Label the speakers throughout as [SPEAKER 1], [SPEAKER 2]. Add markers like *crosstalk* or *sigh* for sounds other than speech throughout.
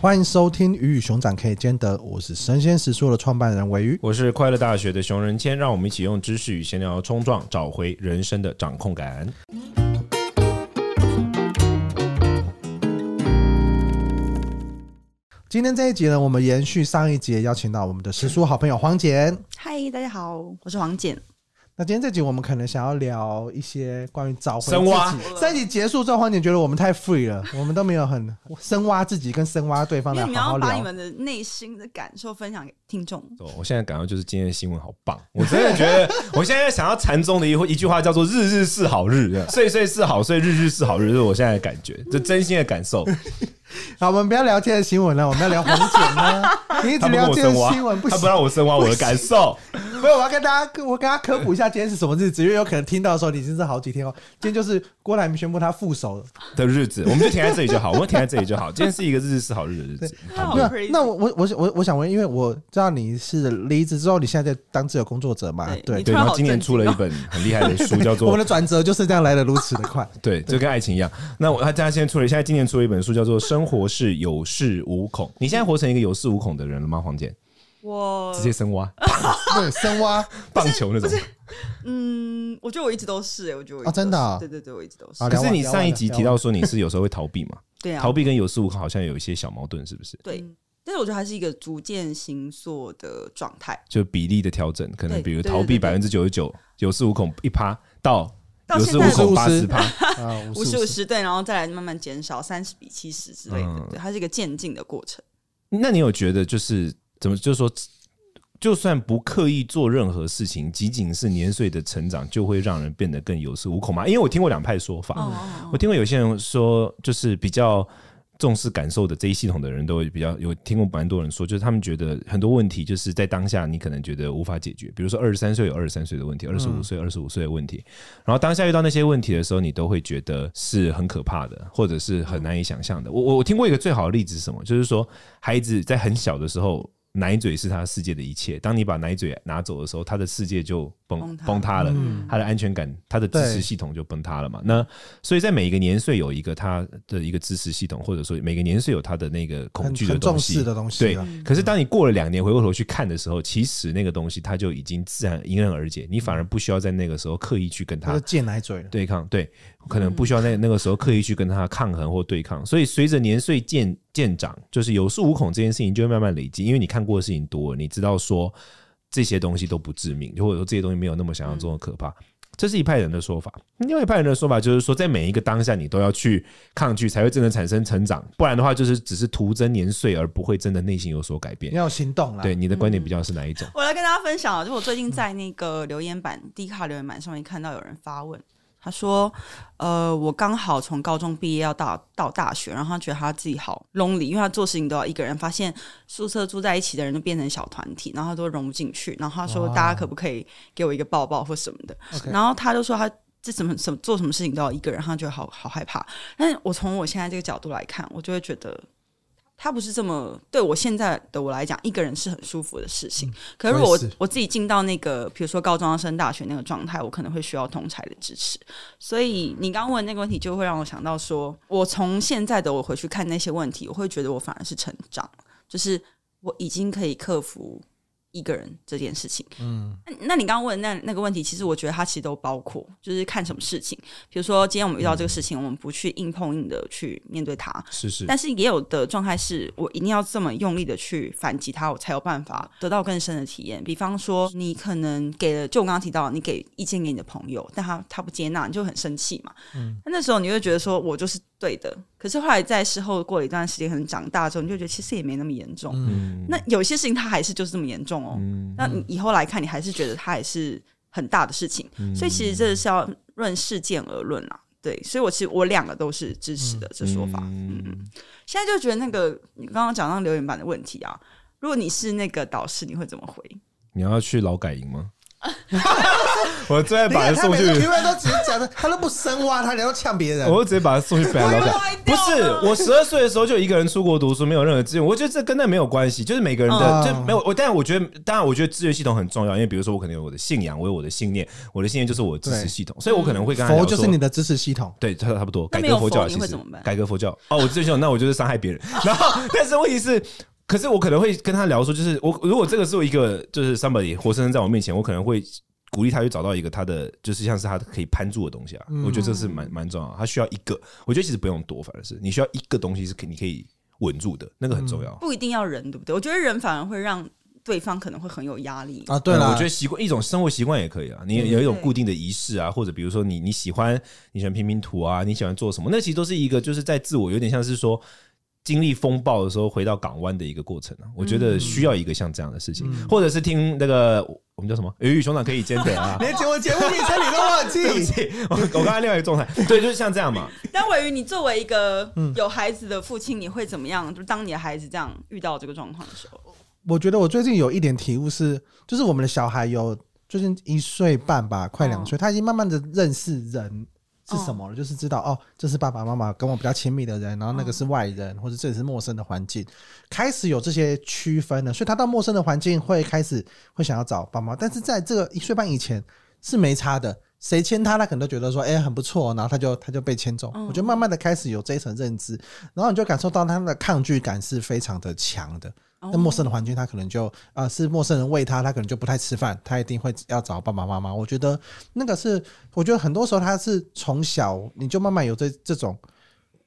[SPEAKER 1] 欢迎收听《鱼与熊掌可以兼得》，我是神仙食宿的创办人维鱼。
[SPEAKER 2] 我是快乐大学的熊仁谦，让我们一起用知识与闲聊冲撞，找回人生的掌控感。
[SPEAKER 1] 今天这一集呢，我们延续上一集，邀请到我们的食宿好朋友黄简。
[SPEAKER 3] 嗨，大家好，我是黄简。
[SPEAKER 1] 那今天这集我们可能想要聊一些关于找回
[SPEAKER 2] 深挖
[SPEAKER 1] 自己。上一集结束之后，黄姐觉得我们太 free 了，我们都没有很深挖自己跟深挖对方
[SPEAKER 3] 因
[SPEAKER 1] 来
[SPEAKER 3] 为你们
[SPEAKER 1] 好好
[SPEAKER 3] 要把你
[SPEAKER 1] 聊。
[SPEAKER 3] 们的内心的感受分享给听众，
[SPEAKER 2] 哦我现在感到就是今天的新闻好棒，我真的觉得我现在想要禅宗的一 *laughs* 一句话叫做“日日是好日，岁岁是好岁，日日是好日”，这是我现在的感觉，这真心的
[SPEAKER 1] *laughs*
[SPEAKER 2] 感受。
[SPEAKER 1] 好，我们不要聊今天的新闻了，我们要聊黄简
[SPEAKER 2] *laughs*
[SPEAKER 1] 呢。你一直
[SPEAKER 2] 他不跟
[SPEAKER 1] 聊
[SPEAKER 2] 我
[SPEAKER 1] 今天
[SPEAKER 2] 深
[SPEAKER 1] 的
[SPEAKER 2] 挖
[SPEAKER 1] 新闻，不，
[SPEAKER 2] 他
[SPEAKER 1] 行
[SPEAKER 2] 不。让我深挖我的感受。
[SPEAKER 1] 没有，我要跟大家，我跟大家科普一下今天是什么日子，因为有可能听到的时候已经是好几天哦。今天就是郭台铭宣布他副手了。
[SPEAKER 2] 的日子，我们就停在这里就好，我们停在这里就好。今天是一个日日是好日的日
[SPEAKER 1] *laughs*
[SPEAKER 2] 子，
[SPEAKER 3] 那好
[SPEAKER 1] 对啊
[SPEAKER 3] crazy
[SPEAKER 1] 那我我我想我我想问，因为我知道你是离职之后，你现在在当自由工作者嘛？
[SPEAKER 3] 对
[SPEAKER 1] 对
[SPEAKER 3] 你
[SPEAKER 2] 对。
[SPEAKER 3] 突然
[SPEAKER 2] 然
[SPEAKER 3] 好
[SPEAKER 2] 后今年出了一本很厉害的书，叫
[SPEAKER 1] 我
[SPEAKER 2] 做
[SPEAKER 1] 们的转折就是这样来的如此的快。
[SPEAKER 2] *laughs* 对，就跟爱情一样。那我他他现在出了，现在今年出了一本书，叫做《生活是有恃无恐》。你现在活成一个有恃无恐的人了吗，黄姐？
[SPEAKER 3] 我
[SPEAKER 2] 直接深挖
[SPEAKER 1] 对，深
[SPEAKER 2] *laughs*
[SPEAKER 1] 挖
[SPEAKER 2] 棒球那种。
[SPEAKER 3] 嗯，我觉得我一直都是、欸，我觉得我一直
[SPEAKER 1] 哦真的啊
[SPEAKER 3] 都是对对对，我一直都是
[SPEAKER 1] 好，
[SPEAKER 2] 可
[SPEAKER 1] 聊
[SPEAKER 2] 是
[SPEAKER 1] 完
[SPEAKER 2] 你上一集提，
[SPEAKER 1] 聊
[SPEAKER 2] 到说你是有时候会逃避
[SPEAKER 3] *laughs*
[SPEAKER 2] 嘛，
[SPEAKER 3] 对啊
[SPEAKER 2] 逃，避跟有恃无恐好像有一些小矛盾，是不是？
[SPEAKER 3] 对。但是我觉得还是一个逐渐形塑的状态，
[SPEAKER 2] 就比例的调整，可能
[SPEAKER 3] 对
[SPEAKER 2] 比如
[SPEAKER 3] 对
[SPEAKER 2] 逃避百
[SPEAKER 3] 对
[SPEAKER 2] 分
[SPEAKER 3] 对
[SPEAKER 2] 之九十九，有恃无恐一趴到有
[SPEAKER 3] 到
[SPEAKER 2] 恃
[SPEAKER 3] 现在
[SPEAKER 2] 无恐八
[SPEAKER 1] 50
[SPEAKER 2] 十趴，
[SPEAKER 1] 完啊，
[SPEAKER 3] 五
[SPEAKER 1] 五
[SPEAKER 3] 十
[SPEAKER 1] 十
[SPEAKER 3] 五
[SPEAKER 1] 五
[SPEAKER 3] 十对，然后再来慢慢减少三十比七十之类的，
[SPEAKER 2] 嗯
[SPEAKER 3] 对，它是一个渐进的过程。
[SPEAKER 2] 那你有觉得就是怎么就是说，就算不刻意做任何事情，仅仅是年岁的成长，就会让人变得更有恃无恐吗？因为我听过两派说法，
[SPEAKER 3] 哦，
[SPEAKER 2] 我听过有些人说，就是比较重视感受的这一系统的人，都会比较有听过蛮多人说，就是他们觉得很多问题就是在当下你可能觉得无法解决，比如说二十三岁有二十三岁的问
[SPEAKER 3] 嗯
[SPEAKER 2] 题，二十五岁有二十五岁的问题，然后当下遇到那些问题的时候，你都会觉得是很可怕的，或者是很难以想象的。我我我听过一个最好的例子是什么，就是说孩子在很小的时候。奶嘴是他世界的一切。当你把奶嘴拿走的时候，他的世界就崩
[SPEAKER 3] 崩塌
[SPEAKER 2] 崩塌了，
[SPEAKER 1] 嗯
[SPEAKER 2] 他的安全感、他的支持
[SPEAKER 1] 对
[SPEAKER 2] 系统就崩塌了嘛。那所以在每一个年岁有一个他的一个支持系统，或者说每个年岁有他的那个恐
[SPEAKER 1] 很
[SPEAKER 2] 惧的
[SPEAKER 1] 很
[SPEAKER 2] 东
[SPEAKER 1] 重
[SPEAKER 2] 西
[SPEAKER 1] 视。的东西
[SPEAKER 2] 对
[SPEAKER 1] 啊。，
[SPEAKER 3] 嗯
[SPEAKER 2] 可是当你过了两年回过头去看的时候，其实那个东西它就已经自然迎刃而解，你反而不需要在那个时候刻意去跟
[SPEAKER 1] 他
[SPEAKER 2] 它
[SPEAKER 1] 就戒奶嘴了。
[SPEAKER 2] 对抗，对，可能不需要在那个时候刻意去跟它抗衡或对抗。所以随着年岁渐渐长，就是有恃无恐这件事情就会慢慢累积，因为你看过的事情多了，你知道说这些东西都不致命，或者说这些东西没有那么想象中的可怕。这是一派人的说法，另外一派人的说法就是说，在每一个当下你都要去抗拒，才会真的产生成长，不然的话就是只是徒增年岁，而不会真的内心有所改
[SPEAKER 1] 你
[SPEAKER 2] 变。
[SPEAKER 1] 要有行动啦。
[SPEAKER 2] 对，你的观点比较是哪一种？
[SPEAKER 3] *laughs* 我来跟大家分享啊，就我最近在那个留言板、低卡留言板上面看到有人发问，他说：“呃，我刚好从高中毕业要到到大学，然后他觉得他自己好 lonely，因为他做事情都要一个人，发现宿舍住在一起的人就变成小团体，然后他都融不进去。然后他说，
[SPEAKER 1] 哇
[SPEAKER 3] 大家可不可以给我一个抱抱或什么的？
[SPEAKER 1] OK
[SPEAKER 3] 然后他就说他。”这怎么什么做什么事情都要一个人，他觉得好好害怕。但是我从我现在这个角度来看，我就会觉得他不是这么对我现在的我来讲，一个人是很舒服的事情。可是如果
[SPEAKER 1] 嗯我
[SPEAKER 3] 我
[SPEAKER 1] 也是
[SPEAKER 3] 我自己进到那个，比如说高中生、大学那个状态，我可能会需要同才的支持。所以你刚问那个问题，就会让我想到说，我从现在的我回去看那些问题，我会觉得我反而是成长，就是我已经可以克服一个人这件事情。嗯，那你刚刚问的那那个问题，其实我觉得它其实都包括，就是看什么事情。比如说今天我们遇到这个事情，我们不去硬碰硬的去面对它，
[SPEAKER 2] 是是，
[SPEAKER 3] 但是也有的状态是我一定要这么用力的去反击他，我才有办法得到更深的体验。比方说，你可能给了，就我刚刚提到，你给意见给你的朋友，但他他不接纳，你就很生气嘛。嗯，那时候你会觉得说我就是对的，可是后来在事后过了一段时间，可能长大之后，你就觉得其实也没那么严重。
[SPEAKER 2] 嗯
[SPEAKER 3] 那有些事情它还是就是这么严重哦。那你以后来看，你还是觉得它还是很大的事情，
[SPEAKER 2] 嗯
[SPEAKER 3] 所以其实这是要论事件而论啦。对，所以我其实我两个都是支持的、这说法。嗯，嗯现在就觉得那个你刚刚讲到留言板的问题啊，如果你是那个导师，你会怎么回？
[SPEAKER 1] *laughs*
[SPEAKER 2] 你要去劳改营吗？我最爱
[SPEAKER 1] 你
[SPEAKER 2] 把
[SPEAKER 1] 看
[SPEAKER 2] 人
[SPEAKER 1] 他
[SPEAKER 2] 送
[SPEAKER 1] 每
[SPEAKER 2] 去
[SPEAKER 1] 次评论都只是讲的，他都不深挖他，你要呛别人。
[SPEAKER 2] 我就直接把他送去北海老
[SPEAKER 3] 我
[SPEAKER 2] 家
[SPEAKER 3] 又歪。
[SPEAKER 2] 不
[SPEAKER 3] 掉
[SPEAKER 2] 是
[SPEAKER 3] 了，
[SPEAKER 2] 我十二岁的时候就一个人出国读书，没有任何资源。我觉得这跟那没有关系，就是每个人的、
[SPEAKER 1] 嗯
[SPEAKER 2] 就没有我。但我觉得，当然，我觉得资源系统很重要，因为比如说我可能有我的信仰，我有我的信念，我的信念就是我的支持系统，所以我可能会跟他
[SPEAKER 1] 佛
[SPEAKER 2] 聊
[SPEAKER 1] 就
[SPEAKER 2] 说
[SPEAKER 1] 是你的支持系统，
[SPEAKER 2] 对，差差不多。
[SPEAKER 3] 那
[SPEAKER 2] 改
[SPEAKER 3] 没
[SPEAKER 2] 革
[SPEAKER 3] 有
[SPEAKER 2] 佛
[SPEAKER 3] 佛
[SPEAKER 2] 教
[SPEAKER 3] 你
[SPEAKER 2] 其
[SPEAKER 3] 会
[SPEAKER 2] 实
[SPEAKER 3] 怎么办
[SPEAKER 2] 改革佛教哦，我最想，那我就是伤害别人。然后，但是问题是。可是我可能会跟他聊说，就是我如果这个是我一个就是 somebody 活生生在我面前，我可能会鼓励他去找到一个他的就是像是他可以攀住的东西啊。我觉得这是
[SPEAKER 3] 嗯
[SPEAKER 2] 蛮蛮重要的，他需要一个，我觉得其实不用多，反而是你需要一个东西是可以你可以稳住的，那个很重要。
[SPEAKER 3] 不一定要人，对不对？我觉得人反而会让对方可能会很有压力。
[SPEAKER 1] 啊，对
[SPEAKER 2] 嗯
[SPEAKER 1] 了，
[SPEAKER 2] 我觉得习惯一种生活习惯也可以啊。你有一种固定的仪式啊，或者比如说你你喜欢你喜欢拼拼图啊，你喜欢做什么，那其实都是一个就是在自我有点像是说经历风暴的时候回到港湾的一个过程啊。我觉得需要一个像这样的事情，
[SPEAKER 1] 嗯
[SPEAKER 2] 或者是听那个我们叫什么《鱼与熊掌可以兼得》
[SPEAKER 1] *laughs*
[SPEAKER 2] 啊。
[SPEAKER 1] 连节目节目名称你都忘
[SPEAKER 2] 对不
[SPEAKER 1] 记，
[SPEAKER 2] 起，我我刚才另外一个状态，对，就是像这样嘛。
[SPEAKER 3] 但伟宇，你作为一个
[SPEAKER 1] 嗯
[SPEAKER 3] 有孩子的父亲，你会怎么样？就当你的孩子这样遇到这个状况的时候，
[SPEAKER 1] 我觉得我最近有一点体悟是，就是我们的小孩有最近一岁半吧，快
[SPEAKER 2] 哦
[SPEAKER 1] 两岁，他已经慢慢的认识人是什么了，就是知道哦，这是爸爸妈妈跟我比较亲密的人，然后那个是外人，或者这里是陌生的环境，开始有这些区分了，所以他到陌生的环境会开始会想要找爸妈，但是在这个一岁半以前是没差的。谁牵他，他可能都觉得说，哎、很不错，然后他就他就被牵走。我觉得慢慢的开始有这一层认知，然后你就感受到他的抗拒感是非常的强的。那陌生的环境，他可能就啊、呃是陌生人喂他，他可能就不太吃饭，他一定会要找爸爸妈妈。我觉得那个是，我觉得很多时候他是从小你就慢慢有这这种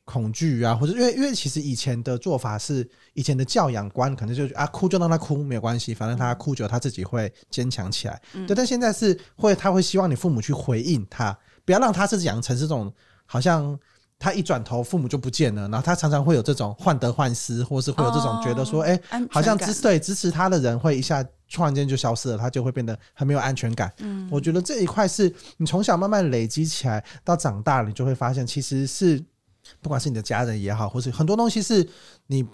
[SPEAKER 1] 恐惧啊，或者因为因为其实以前的做法是，以前的教养观可能就是啊哭就让他哭没有关系，反正他哭久他自己会坚强起来。对，但现在是会他会希望你父母去回应他，不要让他是养成这种好像。他一转头，父母就不见了，然后他常常会有这种患得患失，或是会有这种觉得说，
[SPEAKER 3] 哦
[SPEAKER 1] 哎、
[SPEAKER 3] 安全
[SPEAKER 1] 好像
[SPEAKER 3] 感
[SPEAKER 1] 支对支持他的人会一下突然间就消失了，他就会变得很没有安全感。嗯，我觉得这一块是你从小慢慢累积起来，到长大了你就会发现，其实是不管是你的家人也好，或是很多东西是你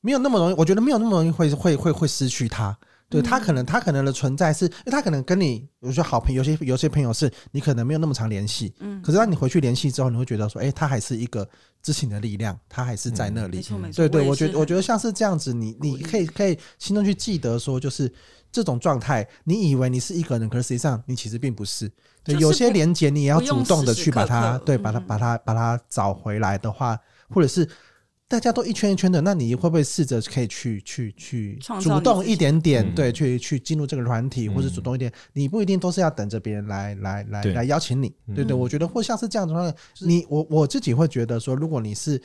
[SPEAKER 1] 没有那么容易，我觉得没有那么容易会会会会失去他。对他可能，他可能的存在是，因为他可能跟你，有些好朋友，有些有些朋友是你可能没有那么常联系，嗯，可是当你回去联系之后，你会觉得说，哎、他还是一个知情的力量，他还是在那里，
[SPEAKER 3] 没错没错。
[SPEAKER 1] 对对，
[SPEAKER 3] 也
[SPEAKER 1] 我
[SPEAKER 3] 是
[SPEAKER 1] 觉得我觉得像是这样子，你
[SPEAKER 3] 鼓
[SPEAKER 1] 你
[SPEAKER 3] 励
[SPEAKER 1] 可以可以心中去记得说，就是这种状态，你以为你是一个人，可是实际上你其实并不是。对，
[SPEAKER 3] 就是
[SPEAKER 1] 有些
[SPEAKER 3] 不
[SPEAKER 1] 连接你也要
[SPEAKER 3] 不用
[SPEAKER 1] 主动的
[SPEAKER 3] 时时
[SPEAKER 1] 去把
[SPEAKER 3] 刻嗯
[SPEAKER 1] 它，
[SPEAKER 3] 刻
[SPEAKER 1] 对，把它把它把它找回来的话，或者是。大家都一圈一圈的，那你会不会试着可以去去去
[SPEAKER 3] 创造
[SPEAKER 1] 主
[SPEAKER 3] 你
[SPEAKER 1] 动
[SPEAKER 3] 自
[SPEAKER 1] 一
[SPEAKER 3] 己
[SPEAKER 1] 点点，
[SPEAKER 2] 嗯
[SPEAKER 1] 对，去去进入这个团体，或者主
[SPEAKER 2] 嗯
[SPEAKER 1] 动一点，你不一定都是要等着别人来来来
[SPEAKER 2] 对
[SPEAKER 1] 来邀请你，对对，
[SPEAKER 3] 嗯
[SPEAKER 1] 我觉得或像是这样的话，你我我自己会觉得说，如果你是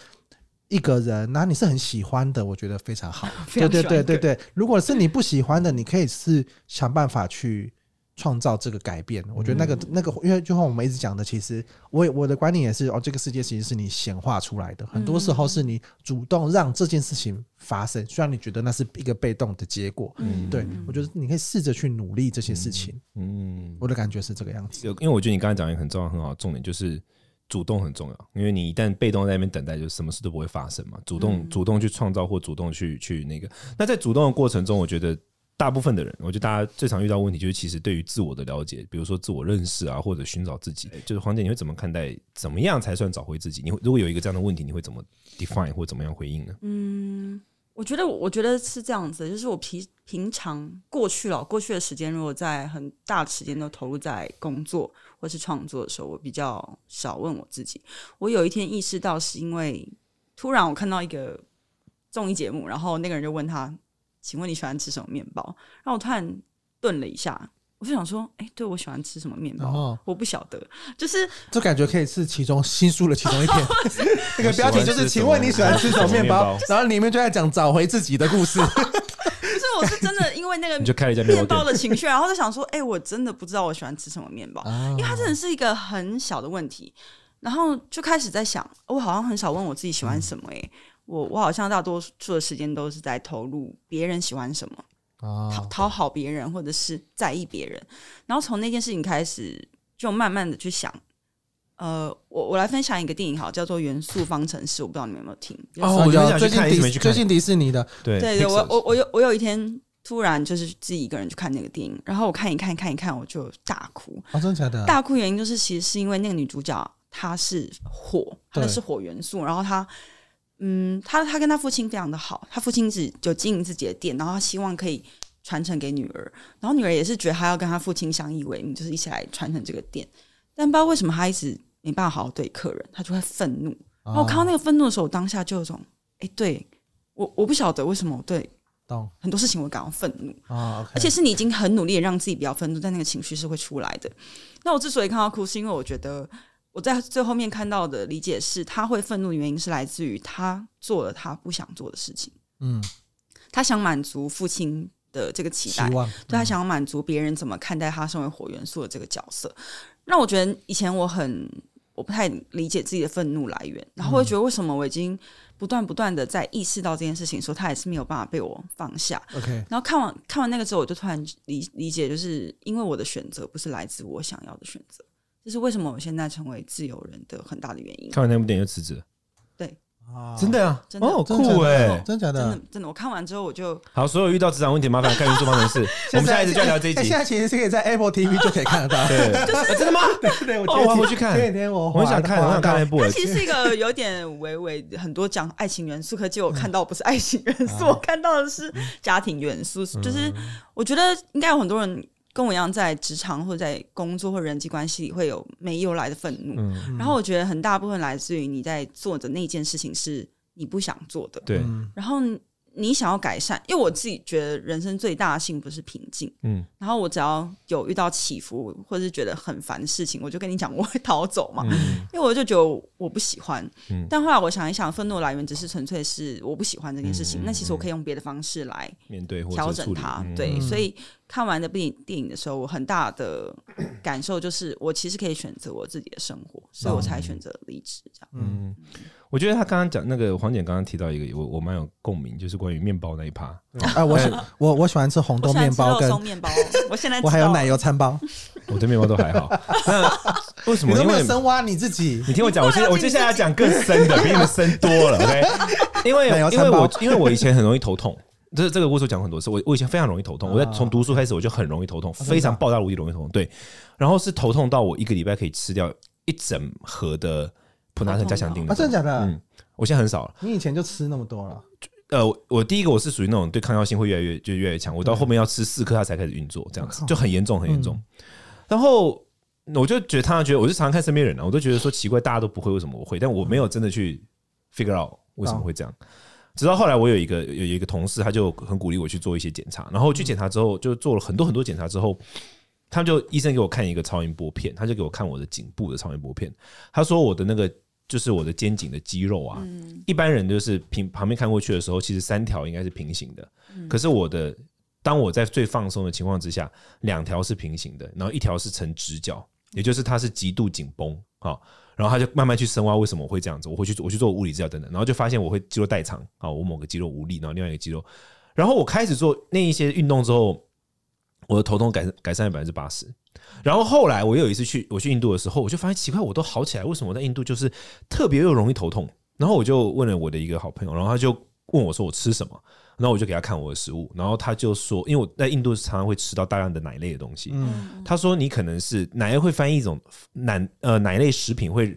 [SPEAKER 1] 一个人，然后你是很喜欢的，我觉得非常好。
[SPEAKER 3] *laughs* 非
[SPEAKER 1] 对
[SPEAKER 3] 常
[SPEAKER 1] 对
[SPEAKER 3] 喜欢
[SPEAKER 1] 对
[SPEAKER 3] 一
[SPEAKER 1] 对
[SPEAKER 3] 个
[SPEAKER 1] 对，如果是你不喜欢的，你可以是想办法去创造这个改变。我觉得那个、
[SPEAKER 2] 嗯
[SPEAKER 1] 那个，因为就像我们一直讲的，其实我也我的观点也是，哦，这个世界其实是你显化出来的，很多时候
[SPEAKER 3] 嗯
[SPEAKER 1] 是你主动让这件事情发生，虽然你觉得那是一个被动的结果。
[SPEAKER 3] 嗯
[SPEAKER 1] 对，我觉得你可以试着去努力这些事情。
[SPEAKER 2] 嗯，
[SPEAKER 1] 我的感觉是这个样子。
[SPEAKER 2] 有，因为我觉得你刚才讲一个很重要、很好的重点，就是主动很重要。因为你一旦被动在那边等待，就什么事都不会发生嘛。主
[SPEAKER 1] 嗯
[SPEAKER 2] 动、主动去创造或主动去去那个。那在主动的过程中，我觉得大部分的人，我觉得大家最常遇到问题就是，其实对于自我的了解，比如说自我认识啊，或者寻找自己，就是黄姐，你会怎么看待？怎么样才算找回自己？你会如果有一个这样的问题，你会怎么 define 或怎么样回应呢？
[SPEAKER 3] 我觉得，我觉得是这样子，就是我平平常过去了，过去的时间，如果在很大的时间都投入在工作或是创作的时候，我比较少问我自己。我有一天意识到，是因为突然我看到一个综艺节目，然后那个人就问他：“请问你喜欢吃什么面包？”然后我突然顿了一下，我就想说：“哎、对我喜欢吃什么面包？
[SPEAKER 1] 哦
[SPEAKER 3] 我不晓得。”就是
[SPEAKER 1] 这感觉可以是其中新书的其中一篇。那个标题就
[SPEAKER 2] 我喜欢吃什
[SPEAKER 1] 是“
[SPEAKER 2] 么
[SPEAKER 1] 请问你喜欢吃什么面包
[SPEAKER 2] 就”，
[SPEAKER 1] 然后里面就在讲找回自己的故事。
[SPEAKER 3] 就是我是真的因为那个
[SPEAKER 2] *laughs* *laughs* 你就开了一家面
[SPEAKER 3] 面
[SPEAKER 2] 包
[SPEAKER 3] 包
[SPEAKER 2] 店，
[SPEAKER 3] 的情绪，然后就想说，哎、我真的不知道我喜欢吃什么面
[SPEAKER 2] 嗯
[SPEAKER 3] 包，因为它真的是一个很小的问题。然后就开始在想，哦我好像很少问我自己喜
[SPEAKER 2] 嗯
[SPEAKER 3] 欢什么、哎、我我好像大多数的时间都是在投入别人喜欢什么，讨
[SPEAKER 1] 哦，
[SPEAKER 3] 讨好别人或者是在意别人。然后从那件事情开始，就慢慢的去想。呃，我我来分享一个电影好，叫做《元素方程式》，我不知道你们有没有听。
[SPEAKER 2] 哦我就很想去
[SPEAKER 1] 最近
[SPEAKER 2] 看一直没
[SPEAKER 1] 迪
[SPEAKER 2] 去看
[SPEAKER 1] 最近迪士尼的
[SPEAKER 2] 对
[SPEAKER 3] 对对，我我我有我有一天突然就是自己一个人去看那个电影，然后我看一看看一看，我就大哭。
[SPEAKER 1] 哦，真的假的？
[SPEAKER 3] 大哭原因就是其实是因为那个女主角她是火，她的
[SPEAKER 1] 对
[SPEAKER 3] 是火元素，然后她。嗯，她她跟她父亲非常的好，她父亲只就经营自己的店，然后她希望可以传承给女儿，然后女儿也是觉得她要跟她父亲相依为命，就是一起来传承这个店，但不知道为什么她一直没办法好好对客人，她就会愤怒，然后我看到那
[SPEAKER 1] 个
[SPEAKER 3] 个愤怒的时候，我当下就有种，哎、对我我不晓得为什么我对
[SPEAKER 1] 懂
[SPEAKER 3] 很多事情我感到愤怒，
[SPEAKER 1] 啊，
[SPEAKER 3] 而且是你已经很努力的让自己不要愤怒，但那个情绪是会出来的。那我之所以看到哭，是因为我觉得我在最后面看到的理解是，他会愤怒的原因是来自于他做了他不想做的事情，
[SPEAKER 1] 嗯，
[SPEAKER 3] 他想满足父亲的这个期
[SPEAKER 1] 期
[SPEAKER 3] 待，
[SPEAKER 1] 望嗯
[SPEAKER 3] 对他想要满足别人怎么看待他身为火元素的这个角色。那我觉得以前我很我不太理解自己的愤怒来源，然
[SPEAKER 1] 嗯
[SPEAKER 3] 后我会觉得为什么我已经不断不断的在意识到这件事情的时候，他也是没有办法被我放下。
[SPEAKER 1] 嗯 OK
[SPEAKER 3] 然后看完看完那个之后，我就突然理理解，就是因为我的选择不是来自我想要的选择，这是为什么我现在成为自由人的很大的原因。
[SPEAKER 2] 看完那部电影就辞职了，
[SPEAKER 1] 啊，
[SPEAKER 2] 的啊
[SPEAKER 3] 真的
[SPEAKER 2] 哦，
[SPEAKER 1] 真的假的
[SPEAKER 2] 酷哎！
[SPEAKER 1] 真的假
[SPEAKER 3] 真
[SPEAKER 1] 的
[SPEAKER 3] 的？真的，我看完之后我就
[SPEAKER 2] 好，所有遇到职场问题，麻烦看元素方
[SPEAKER 1] *laughs*
[SPEAKER 2] 程式。我们下一次就要聊这一
[SPEAKER 1] 哎
[SPEAKER 2] 集
[SPEAKER 1] 现。在其实是可以在 Apple TV 就可以看得到。
[SPEAKER 2] 对，啊真的吗？
[SPEAKER 1] *laughs* 对对，我
[SPEAKER 2] 哦
[SPEAKER 1] 前
[SPEAKER 2] 我要
[SPEAKER 1] 几
[SPEAKER 2] 回去看
[SPEAKER 1] 前几天我
[SPEAKER 2] 我很想看，我很想看那部。
[SPEAKER 3] 它其实是一个有点微微很多讲爱情元素，可结果我看到不是爱情元素，我看到的是家庭元素。就是我觉得应该有很多人跟我一样，在职场或者在工作或人际关系里会有没由来的愤怒。
[SPEAKER 2] 嗯，
[SPEAKER 3] 然后我觉得很大部分来自于你在做的那件事情是你不想做的，
[SPEAKER 2] 对，
[SPEAKER 1] 嗯
[SPEAKER 3] 然后你想要改善。因为我自己觉得人生最大的幸福是平静。
[SPEAKER 2] 嗯，
[SPEAKER 3] 然后我只要有遇到起伏或者是觉得很烦的事情，我就跟你讲我会逃走嘛。
[SPEAKER 2] 嗯
[SPEAKER 3] 因为我就觉得我不喜欢。
[SPEAKER 2] 嗯
[SPEAKER 3] 但后来我想一想，愤怒的来源只是纯粹是我不喜欢这件事
[SPEAKER 2] 嗯
[SPEAKER 3] 情。
[SPEAKER 2] 嗯
[SPEAKER 3] 那其实我可以用别的方式来
[SPEAKER 2] 面对或者
[SPEAKER 3] 调整
[SPEAKER 2] 处理
[SPEAKER 3] 它。
[SPEAKER 2] 嗯
[SPEAKER 3] 对，
[SPEAKER 1] 嗯
[SPEAKER 3] 所以看完的电影电影的时候，我很大
[SPEAKER 2] *coughs*
[SPEAKER 3] 的感受就是，我其实可以选择我自己的生活，所以
[SPEAKER 2] 哦
[SPEAKER 3] 我才选择离职。这样，
[SPEAKER 1] 嗯，
[SPEAKER 2] 嗯，我觉得他刚刚讲那个黄姐刚刚提到一个，我我蛮有共鸣，就是关于面包那一趴。
[SPEAKER 1] *laughs* 哎，我喜我我喜欢吃红
[SPEAKER 3] 我
[SPEAKER 1] 豆
[SPEAKER 3] 喜欢
[SPEAKER 1] 面
[SPEAKER 3] 吃
[SPEAKER 1] 包，
[SPEAKER 3] 肉
[SPEAKER 1] 跟
[SPEAKER 3] 松面包，我现在
[SPEAKER 1] 我还
[SPEAKER 3] 知
[SPEAKER 1] 有
[SPEAKER 3] 道
[SPEAKER 1] 奶油餐包。
[SPEAKER 2] 我对面包都还好。那为
[SPEAKER 1] *laughs*
[SPEAKER 2] 什
[SPEAKER 1] 你
[SPEAKER 2] 么？
[SPEAKER 1] 都
[SPEAKER 2] 因
[SPEAKER 1] 没
[SPEAKER 2] 为嗯
[SPEAKER 1] 有深挖你自己
[SPEAKER 2] 你听我讲，我
[SPEAKER 3] 你
[SPEAKER 2] 现
[SPEAKER 3] 不
[SPEAKER 2] 在
[SPEAKER 3] 了解
[SPEAKER 2] 我接下来要讲更深
[SPEAKER 3] *laughs*
[SPEAKER 2] 的，比你们深多了。OK，因为
[SPEAKER 1] 奶油
[SPEAKER 2] 因为
[SPEAKER 1] 餐包
[SPEAKER 2] 我因为我以前很容易头痛。这这个我所讲很多次，我我以前非常容易头
[SPEAKER 1] 啊
[SPEAKER 2] 痛，我在从读书开始我就很容易头痛，
[SPEAKER 1] 真的
[SPEAKER 2] 非常爆炸无敌容易头痛。对，
[SPEAKER 1] 啊
[SPEAKER 2] 然后是头痛到我一个礼拜可以吃掉一整盒的普拿疼加强丁
[SPEAKER 1] 啊？
[SPEAKER 2] 那种
[SPEAKER 1] 真的假的？
[SPEAKER 2] 嗯，我现在很少了。
[SPEAKER 1] 你以前就吃那么多了？
[SPEAKER 2] 呃，我我第一个我是属于那种对抗药性会越来越就越来越强，我到后面要吃四颗它才开始运作，这样
[SPEAKER 1] 我
[SPEAKER 2] 子
[SPEAKER 1] 靠
[SPEAKER 2] 就很严重很严重。
[SPEAKER 1] 嗯
[SPEAKER 2] 然后我就觉得常常觉得，我就常常看身边人啊，我都觉得说奇怪，大家都不会，为什么我会？但我没有真的去 figure out 为什么会这样。直到后来，我有一个有有一个同事，他就很鼓励我去做一些检查，然后去检查之后，就做了很多很多检查之后，他就医生给我看一个超音波片，他就给我看我的颈部的超音波片，他说我的那个就是我的肩颈的肌肉啊，一般人就是平旁边看过去的时候，其实三条应该是平行的，可是我的当我在最放松的情况之下，两条是平行的，然后一条是呈直角，也就是它是极度紧绷啊。好然后他就慢慢去深挖为什么我会这样子，我会去我去做物理治疗等等，然后就发现我会肌肉代偿啊，我某个肌肉无力，然后另外一个肌肉，然后我开始做那一些运动之后，我的头痛改善改善了百分之八十。然后后来我又有一次去我去印度的时候，我就发现奇怪，我都好起来，为什么我在印度就是特别又容易头痛？然后我就问了我的一个好朋友，然后他就问我说我吃什么，然后我就给他看我的食物，然后他就说，因为我在印度常常会吃到大量的奶类的东西，
[SPEAKER 1] 嗯，
[SPEAKER 2] 他说你可能是奶类会翻译一种奶呃奶类食品会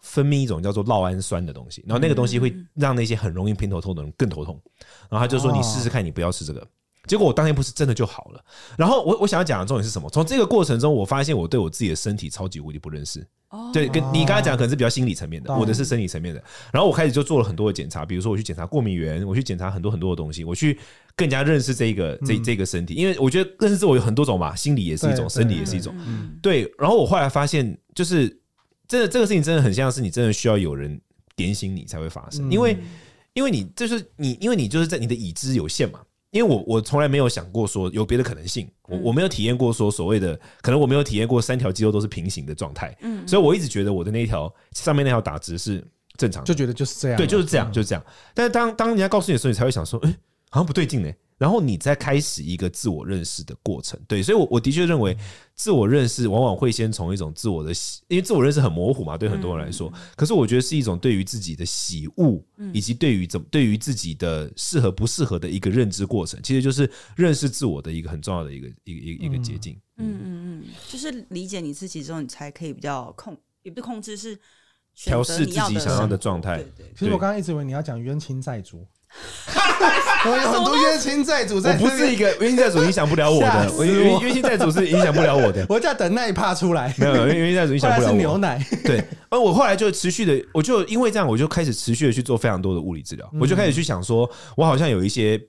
[SPEAKER 2] 分泌一种叫做酪氨酸的东西，然后那个东西会让那些很容易偏头痛的人更头痛。然后他就说
[SPEAKER 1] 哦
[SPEAKER 2] 你试试看，你不要吃这个。结果我当天不是真的就好了。然后我我想要讲的重点是什么？从这个过程中，我发现我对我自己的身体超级无敌不认识。
[SPEAKER 3] 哦
[SPEAKER 2] 对，跟你刚才讲的可能是比较心理层面的，
[SPEAKER 1] 懂
[SPEAKER 2] 我的是生理层面的。然后我开始就做了很多的检查，比如说我去检查过敏源，我去检查很多很多的东西，我去更加认识这个这这个身体，因为我觉得认识自我有很多种嘛，心理也是一种，
[SPEAKER 1] 对
[SPEAKER 2] 生理也是一种。
[SPEAKER 3] 嗯
[SPEAKER 2] 对，然后我后来发现，就是真的这个事情真的很像是你真的需要有人点醒你才会发生，
[SPEAKER 1] 嗯
[SPEAKER 2] 因为因为你就是你，因为你就是在你的已知有限嘛。因为我我从来没有想过说有别的可能性，我我没有体验过说所谓的，可能我没有体验过三条肌肉都是平行的状态，
[SPEAKER 3] 嗯
[SPEAKER 2] 所以我一直觉得我的那一条上面那条打直是正常的，
[SPEAKER 1] 就觉得就是这样，啊
[SPEAKER 2] 对，就是这样，就是这样。但是当当人家告诉你的时候，你才会想说，哎、好像不对劲呢、然后你再开始一个自我认识的过程。对，所以我，我的确认为，自我认识往往会先从一种自我的喜，因为自我认识很模糊嘛，对很多人来说。可是，我觉得是一种对于自己的喜恶，以及对于怎么对于自己的适合不适合的一个认知过程，其实就是认识自我的一个很重要的一个一个一个一个捷径。
[SPEAKER 3] 嗯嗯嗯，就是理解你自己之后，你才可以比较控，也不是控制，是选
[SPEAKER 2] 调
[SPEAKER 3] 择
[SPEAKER 2] 试自
[SPEAKER 3] 你
[SPEAKER 2] 己想
[SPEAKER 3] 生
[SPEAKER 2] 要的
[SPEAKER 3] 活
[SPEAKER 2] 状态
[SPEAKER 3] 对对
[SPEAKER 1] 其实我刚刚一直以为你要讲冤亲债
[SPEAKER 3] *laughs*
[SPEAKER 1] 主，我有很多冤亲债主
[SPEAKER 2] 我
[SPEAKER 1] 在。
[SPEAKER 2] 不是一，个冤亲债主影响不了我
[SPEAKER 1] 吓
[SPEAKER 2] 的，
[SPEAKER 1] 死
[SPEAKER 2] 我
[SPEAKER 1] 我。
[SPEAKER 2] 冤冤亲债主是影响不了我的
[SPEAKER 1] 我在等那一趴出来。
[SPEAKER 2] 没有，没有冤亲债主影
[SPEAKER 1] 后
[SPEAKER 2] 响
[SPEAKER 1] 来
[SPEAKER 2] 不了
[SPEAKER 1] 是
[SPEAKER 2] 我。
[SPEAKER 1] 牛奶，
[SPEAKER 2] 对，而我后来就持续的，我就因为这样，我就开始持续的去做非常多的物理治疗，
[SPEAKER 1] 嗯
[SPEAKER 2] 我就开始去想说，我好像有一些。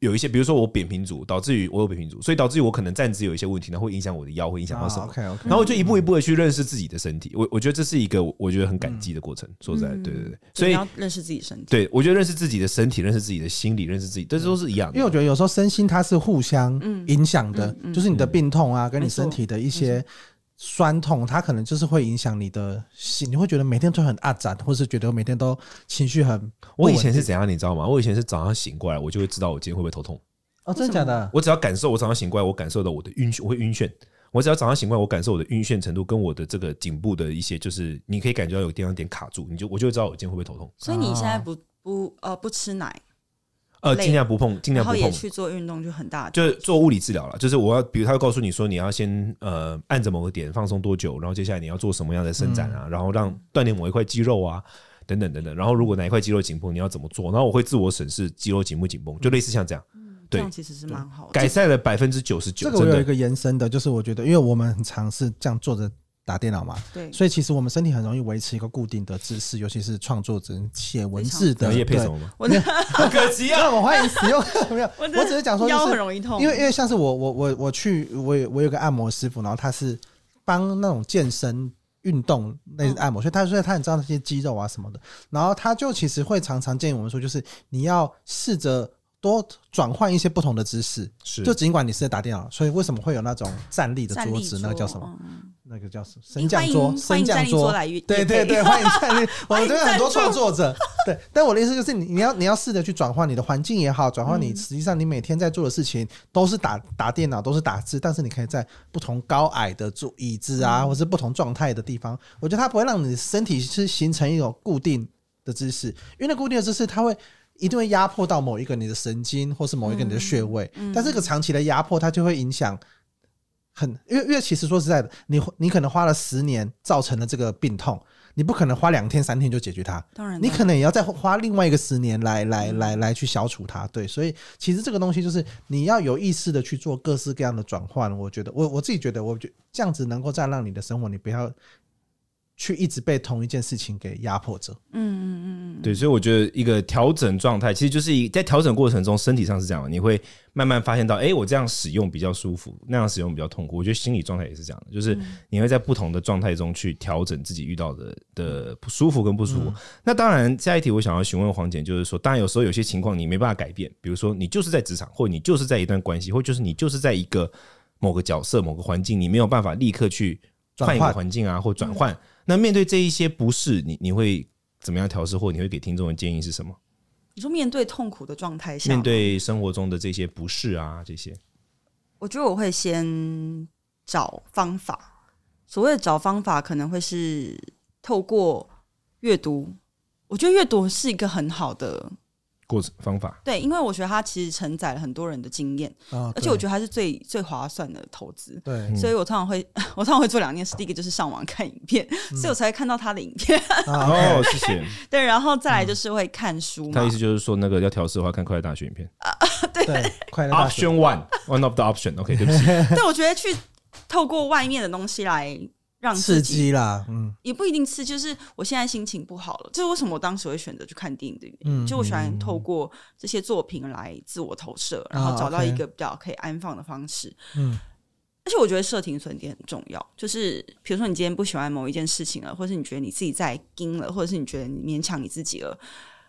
[SPEAKER 2] 有一些，比如说我扁平足，导致于我有扁平足，所以导致于我可能站姿有一些问题，呢，会影响我的腰，会影响到什么？
[SPEAKER 1] 啊 OK OK，
[SPEAKER 2] 然后我就一步一步的去认识自己的身体。我我觉得这是一个我我觉得很感激
[SPEAKER 1] 嗯
[SPEAKER 2] 的过程。说实在的，对对对，所
[SPEAKER 3] 你
[SPEAKER 2] 以
[SPEAKER 3] 要认识自己身体。
[SPEAKER 2] 对我觉得认识自己的身体，认识自己的心理，认识自己，这都是一样的。
[SPEAKER 1] 因为我觉得有时候身心它是互相影响的，就是你的
[SPEAKER 2] 嗯
[SPEAKER 1] 病痛啊，跟你
[SPEAKER 3] 嗯没错
[SPEAKER 1] 身体的一些酸痛，它可能就是会影响你的心，你会觉得每天都很阿展，或是觉得每天都情绪很
[SPEAKER 3] 哦
[SPEAKER 1] 不
[SPEAKER 2] 我
[SPEAKER 1] 稳定。
[SPEAKER 2] 以前是怎样，你知道吗？我以前是早上醒过来，我就会知道我今天会不会头痛。
[SPEAKER 1] 哦，真的假的？
[SPEAKER 2] 我只要感受我早上醒过来，我感受到我的晕眩，我会晕眩。我只要早上醒过来，我感受我的晕眩程度跟我的这个颈部的一些，就是你可以感觉到有地方有点卡住，你就我就会知道我今天会不会头痛。
[SPEAKER 3] 所以你现在不不呃不吃奶，
[SPEAKER 2] 呃，
[SPEAKER 3] 累
[SPEAKER 2] 尽量不碰，尽量
[SPEAKER 3] 然
[SPEAKER 2] 不
[SPEAKER 3] 后也
[SPEAKER 2] 碰。
[SPEAKER 3] 去做运动，就很大的
[SPEAKER 2] 就是做物理治疗了，就是我要，比如他会告诉你说，你要先呃按着某个点放松多久，然后接下来你要做什么样的伸展啊，然后让锻炼某一块肌肉啊，等等等等。然后如果哪一块肌肉紧绷，你要怎么做？然后我会自我审视肌肉紧不紧绷，就类似像这样，
[SPEAKER 3] 这
[SPEAKER 2] 对
[SPEAKER 3] 样其实是蛮好的。
[SPEAKER 2] 改善了百分之九十九。
[SPEAKER 1] 这个我
[SPEAKER 2] 真的。
[SPEAKER 1] 有一个延伸的，就是我觉得，因为我们很尝试这样坐着打电脑嘛，
[SPEAKER 3] 对，
[SPEAKER 1] 所以其实我们身体很容易维持一个固定的姿势，尤其是创作者写文字的
[SPEAKER 2] 然后叶配
[SPEAKER 1] 对
[SPEAKER 2] 什么吗？
[SPEAKER 3] 我的
[SPEAKER 2] 好可惜啊！
[SPEAKER 1] 那我欢迎使用没有，
[SPEAKER 3] *laughs* 我的
[SPEAKER 1] 我只是讲说就
[SPEAKER 3] 腰很
[SPEAKER 1] 是
[SPEAKER 3] 容易痛，
[SPEAKER 1] 因为因为像是我我我我去我有我有个按摩师傅，然后他是帮那种健身运动类的按
[SPEAKER 3] 嗯
[SPEAKER 1] 摩，所以他所以他很知道那些肌肉啊什么的，然后他就其实会常常建议我们说，就是你要试着多转换一些不同的姿势，
[SPEAKER 2] 是
[SPEAKER 1] 就尽管你是在打电脑，所以为什么会有那种站立的
[SPEAKER 3] 站
[SPEAKER 1] 桌
[SPEAKER 3] 立
[SPEAKER 1] 子，那个叫什么？？
[SPEAKER 3] 嗯
[SPEAKER 1] 那个叫什么？
[SPEAKER 3] 欢
[SPEAKER 1] 升
[SPEAKER 3] 迎
[SPEAKER 1] 降桌，
[SPEAKER 3] 欢
[SPEAKER 1] 升
[SPEAKER 3] 迎
[SPEAKER 1] 降
[SPEAKER 3] 站立桌来约
[SPEAKER 1] 对
[SPEAKER 3] 也可
[SPEAKER 1] 对
[SPEAKER 3] 以
[SPEAKER 1] 对，欢迎站立。我们这边很多
[SPEAKER 3] 欢迎赞助
[SPEAKER 1] 创作
[SPEAKER 3] *laughs*
[SPEAKER 1] 者，对。但我的意思就是你，你要你要试着去转换你的环境也好，转换
[SPEAKER 3] 嗯
[SPEAKER 1] 你实际上你每天在做的事情都是打打电脑，都是打字，但是你可以在不同高矮的坐椅子
[SPEAKER 3] 嗯
[SPEAKER 1] 啊，或是不同状态的地方，我觉得它不会让你的身体是形成一种固定的姿势，因为那固定的姿势它会。一定会压迫到某一个你的神经，或是某一个你的穴位，
[SPEAKER 3] 嗯
[SPEAKER 1] 但这个长期的压迫，它就会影响很，因为因为其实说实在的，你你可能花了十年造成了这个病痛，你不可能花两天三天就解决它，
[SPEAKER 3] 当然，
[SPEAKER 1] 你
[SPEAKER 3] 当然
[SPEAKER 1] 可能也要再花另外一个十年来来
[SPEAKER 3] 嗯
[SPEAKER 1] 来来去消除它。对，所以其实这个东西就是你要有意识的去做各式各样的转换。我觉得我我自己觉得，我觉得这样子能够再让你的生活，你不要去一直被同一件事情给压迫着。
[SPEAKER 3] 嗯嗯嗯嗯，
[SPEAKER 2] 对，所以我觉得一个调整状态，其实就是一在调整过程中，身体上是这样嘛，你会慢慢发现到，哎，我这样使用比较舒服，那样使用比较痛苦。我觉得心理状态也是这样的，就是你会在不同的状态中去调整自己遇到的的不舒服跟不舒服。那当然，下一题我想要询问黄姐，就是说，当然有时候有些情况你没办法改变，比如说你就是在职场，或你就是在一段关系，或就是你就是在一个某个角色、某个环境，你没有办法立刻去换
[SPEAKER 1] 转
[SPEAKER 2] 一个
[SPEAKER 1] 换
[SPEAKER 2] 环境啊，或转换。那面对这一些不适，你你会怎么样调试，或你会给听众的建议是什么？
[SPEAKER 3] 你说面对痛苦的状态下，
[SPEAKER 2] 面对生活中的这些不适啊，这些
[SPEAKER 3] 我觉得我会先找方法。所谓的找方法，可能会是透过阅读。我觉得阅读是一个很好的，
[SPEAKER 2] 过程方法，
[SPEAKER 3] 对，因为我觉得它其实承载了很多人的经验，
[SPEAKER 1] 啊，
[SPEAKER 3] 而且我觉得它是最最划算的投资。
[SPEAKER 1] 对
[SPEAKER 2] *laughs* 嗯
[SPEAKER 3] 所以我通常会，我通常会做两件事，第一个就是上网看影片，
[SPEAKER 1] 嗯
[SPEAKER 3] 所以我才会看到他的影片。
[SPEAKER 1] 啊，
[SPEAKER 3] *laughs*
[SPEAKER 2] 哦，谢谢。
[SPEAKER 3] 对，然后再来就是会看书
[SPEAKER 2] 他
[SPEAKER 3] 嘛
[SPEAKER 1] 嗯
[SPEAKER 2] 意。思就是说，那个要调试的话，看《快乐大学》影片 *laughs*
[SPEAKER 1] 对，快乐大学
[SPEAKER 2] ，Option One One of the Option。OK，对不起，
[SPEAKER 3] 对，我觉得去透过外面的东西来让
[SPEAKER 1] 刺
[SPEAKER 3] 自己
[SPEAKER 1] 激啦，嗯，
[SPEAKER 3] 也不一定是，就是我现在心情不好了，这是为什么我当时会选择去看电影的原因。
[SPEAKER 1] 嗯
[SPEAKER 3] 就我喜欢透过这些作品来自我投射，然
[SPEAKER 1] 啊
[SPEAKER 3] 后找到
[SPEAKER 1] OK
[SPEAKER 3] 一个比较可以安放的方式。
[SPEAKER 1] 嗯，
[SPEAKER 3] 而且我觉得设停损点很重要，就是比如说你今天不喜欢某一件事情了，或是你觉得你自己在盯了，或者是你觉得你勉强你自己了，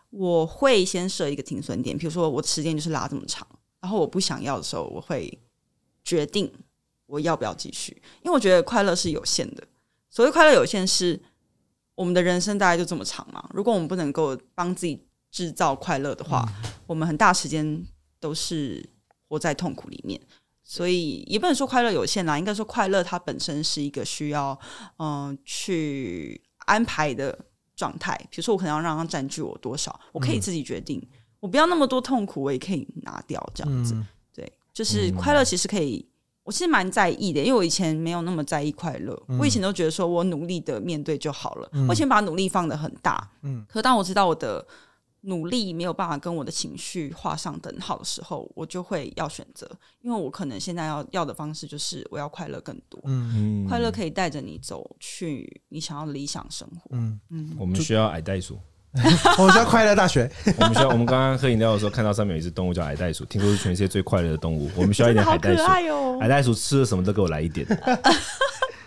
[SPEAKER 3] 我会先设一个停损点，比如说我时间就是拉这么长，然后我不想要的时候，我会决定我要不要继续，因为我觉得快乐是有限的。所谓快乐有限是，我们的人生大概就这么长嘛。如果我们不能够帮自己制造快乐的话，我们很大时间都是我在痛苦里面。所以也不能说快乐有限啦，应该说快乐它本身是一个需要嗯、呃去安排的状态。比如说，我可能要让它占据我多少，我可以自己决定，我不要那么多痛苦，我也可以拿掉这样子。
[SPEAKER 1] 嗯
[SPEAKER 3] 对，就是快乐其实可以，我其实蛮在意的，因为我以前没有那么在意快乐，我
[SPEAKER 1] 嗯
[SPEAKER 3] 以前都觉得说我努力的面对就好了，我以前把努力放得很大，
[SPEAKER 1] 嗯
[SPEAKER 3] 嗯，可当我知道我的努力没有办法跟我的情绪画上等号的时候，我就会要选择，因为我可能现在要要的方式就是我要快乐更多，
[SPEAKER 1] 嗯
[SPEAKER 2] *laughs* 嗯
[SPEAKER 3] 快乐可以带着你走去你想要的理想生活，
[SPEAKER 1] 嗯，
[SPEAKER 2] 我们需要矮袋鼠。
[SPEAKER 1] 我们叫快乐大学，
[SPEAKER 2] 我们需要，我们刚刚喝饮料的时候看到上面有一只动物叫矮袋鼠，听说是全世界最快乐的动物。我们需要一
[SPEAKER 3] 真的
[SPEAKER 2] 点矮袋
[SPEAKER 3] 好可
[SPEAKER 2] 鼠，
[SPEAKER 3] 爱哦、
[SPEAKER 1] 哎
[SPEAKER 2] 矮袋鼠吃了什么都给我来一
[SPEAKER 3] *laughs*
[SPEAKER 2] 点。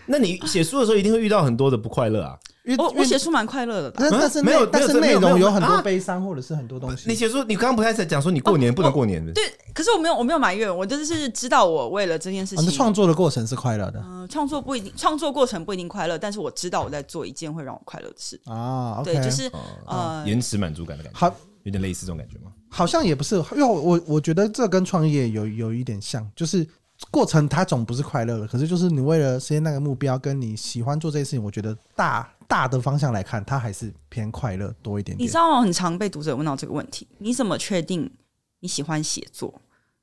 [SPEAKER 2] 那你写书的时候一定会遇到很多的不快乐啊！
[SPEAKER 1] 因为
[SPEAKER 3] 我
[SPEAKER 1] 因
[SPEAKER 3] 我
[SPEAKER 1] 为
[SPEAKER 3] 写书蛮快乐的啦，
[SPEAKER 1] 但
[SPEAKER 2] 啊
[SPEAKER 1] 但是
[SPEAKER 2] 没有
[SPEAKER 1] 内
[SPEAKER 2] 没有
[SPEAKER 1] 但是
[SPEAKER 2] 这没
[SPEAKER 1] 内
[SPEAKER 2] 有没有
[SPEAKER 1] 容有很
[SPEAKER 2] 啊
[SPEAKER 1] 多悲伤或者是很多东西。
[SPEAKER 2] 你写书，你刚刚不太在讲说你过年不能过年的，
[SPEAKER 3] 哦对，可是我没有我没有埋怨，我就是知道我为了这件事
[SPEAKER 1] 啊，那
[SPEAKER 3] 情
[SPEAKER 1] 创作的过程是快乐的
[SPEAKER 3] 嗯，创作不一定，创作过程不一定快乐，但是我知道我在做一件会让我快乐的事。
[SPEAKER 1] 啊。
[SPEAKER 3] 对，
[SPEAKER 1] OK
[SPEAKER 3] 就是
[SPEAKER 1] 哦
[SPEAKER 3] 呃，
[SPEAKER 2] 延迟满足感的感觉，
[SPEAKER 1] 好，
[SPEAKER 2] 有点类似这种感觉吗？
[SPEAKER 1] 好像也不是，因为我我我觉得这跟创业有有一点像，就是过程它总不是快乐的，可是就是你为了实现那个目标，跟你喜欢做这些事情，我觉得大大的方向来看，它还是偏快乐多一点
[SPEAKER 3] 你
[SPEAKER 1] 点
[SPEAKER 3] 知。道我很常被读者问到这个问题，你怎么确定你喜欢写作？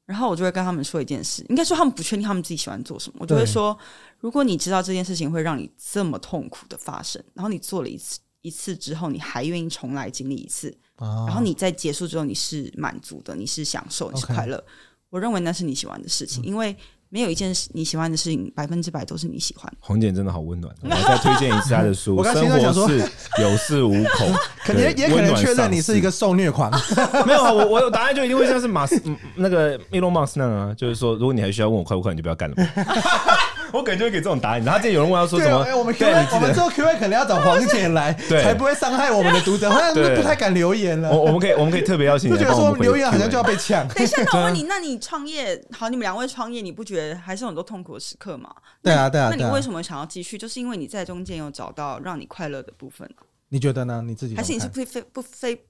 [SPEAKER 3] 然后我就会跟他们说一件事，应该说他们不确定他们自己喜欢做什么，我就会
[SPEAKER 1] 对
[SPEAKER 3] 说，如果你知道这件事情会让你这么痛苦的发生，然后你做了一次一次之后，你还愿意重来经历一次，
[SPEAKER 1] 啊
[SPEAKER 2] 哦
[SPEAKER 3] 然后你在结束之后，你是满足的，你是享受，你是
[SPEAKER 1] OK
[SPEAKER 3] 快乐。我认为那是你喜欢的事
[SPEAKER 2] 嗯
[SPEAKER 3] 情，因为没有一件事你喜欢的事情百分之百都是你喜欢的。
[SPEAKER 2] 红姐真的好温暖，我要再推荐一次她的
[SPEAKER 1] *laughs*
[SPEAKER 2] 书
[SPEAKER 1] 我
[SPEAKER 2] 《
[SPEAKER 1] 刚
[SPEAKER 2] 生
[SPEAKER 1] 刚想说
[SPEAKER 2] 活是有恃无恐》，
[SPEAKER 1] *laughs* 可能
[SPEAKER 2] 对
[SPEAKER 1] 也可能确认你是一。
[SPEAKER 2] 温暖
[SPEAKER 1] 个受虐狂， *laughs*
[SPEAKER 2] 丧尸没有啊，我我有答案就一定会像是马斯嗯那个 Elon Musk 那样啊，就是说，如果你还需要问我快不快，你就不要干了吧。 *laughs* 我感觉会给这种答案。然后之前有人问他说什
[SPEAKER 1] 对，
[SPEAKER 2] 么？
[SPEAKER 1] 哎我们 Q
[SPEAKER 2] *laughs* 对
[SPEAKER 1] A，
[SPEAKER 2] 你
[SPEAKER 1] 我
[SPEAKER 2] 记
[SPEAKER 1] 们
[SPEAKER 2] 得
[SPEAKER 1] 之后 Q A 可能要找黄姐来，
[SPEAKER 2] 对
[SPEAKER 1] 才不会伤害我们的读者，好像
[SPEAKER 2] 对
[SPEAKER 1] 不太敢留言了
[SPEAKER 2] 我，我们可以我们可以特别邀请
[SPEAKER 1] 啊就
[SPEAKER 2] 你
[SPEAKER 1] 觉
[SPEAKER 2] 来
[SPEAKER 1] 得
[SPEAKER 2] 帮我
[SPEAKER 1] 说
[SPEAKER 2] 们回
[SPEAKER 1] 留言好像
[SPEAKER 2] Q&A
[SPEAKER 1] 就要被呛。
[SPEAKER 3] 等
[SPEAKER 2] *laughs*
[SPEAKER 3] 一下，
[SPEAKER 2] 啊
[SPEAKER 3] 那我问你，那你创业好，你们两位创业，你不觉得还是有很多痛苦的时刻吗？
[SPEAKER 1] 对啊，对啊，
[SPEAKER 3] 那你
[SPEAKER 1] 对啊
[SPEAKER 3] 为什么想要继续？就是因为你在中间有找到让你快乐的部分，
[SPEAKER 1] 你觉得呢？你自己
[SPEAKER 3] 还是你是
[SPEAKER 1] 怎么
[SPEAKER 3] 不非不非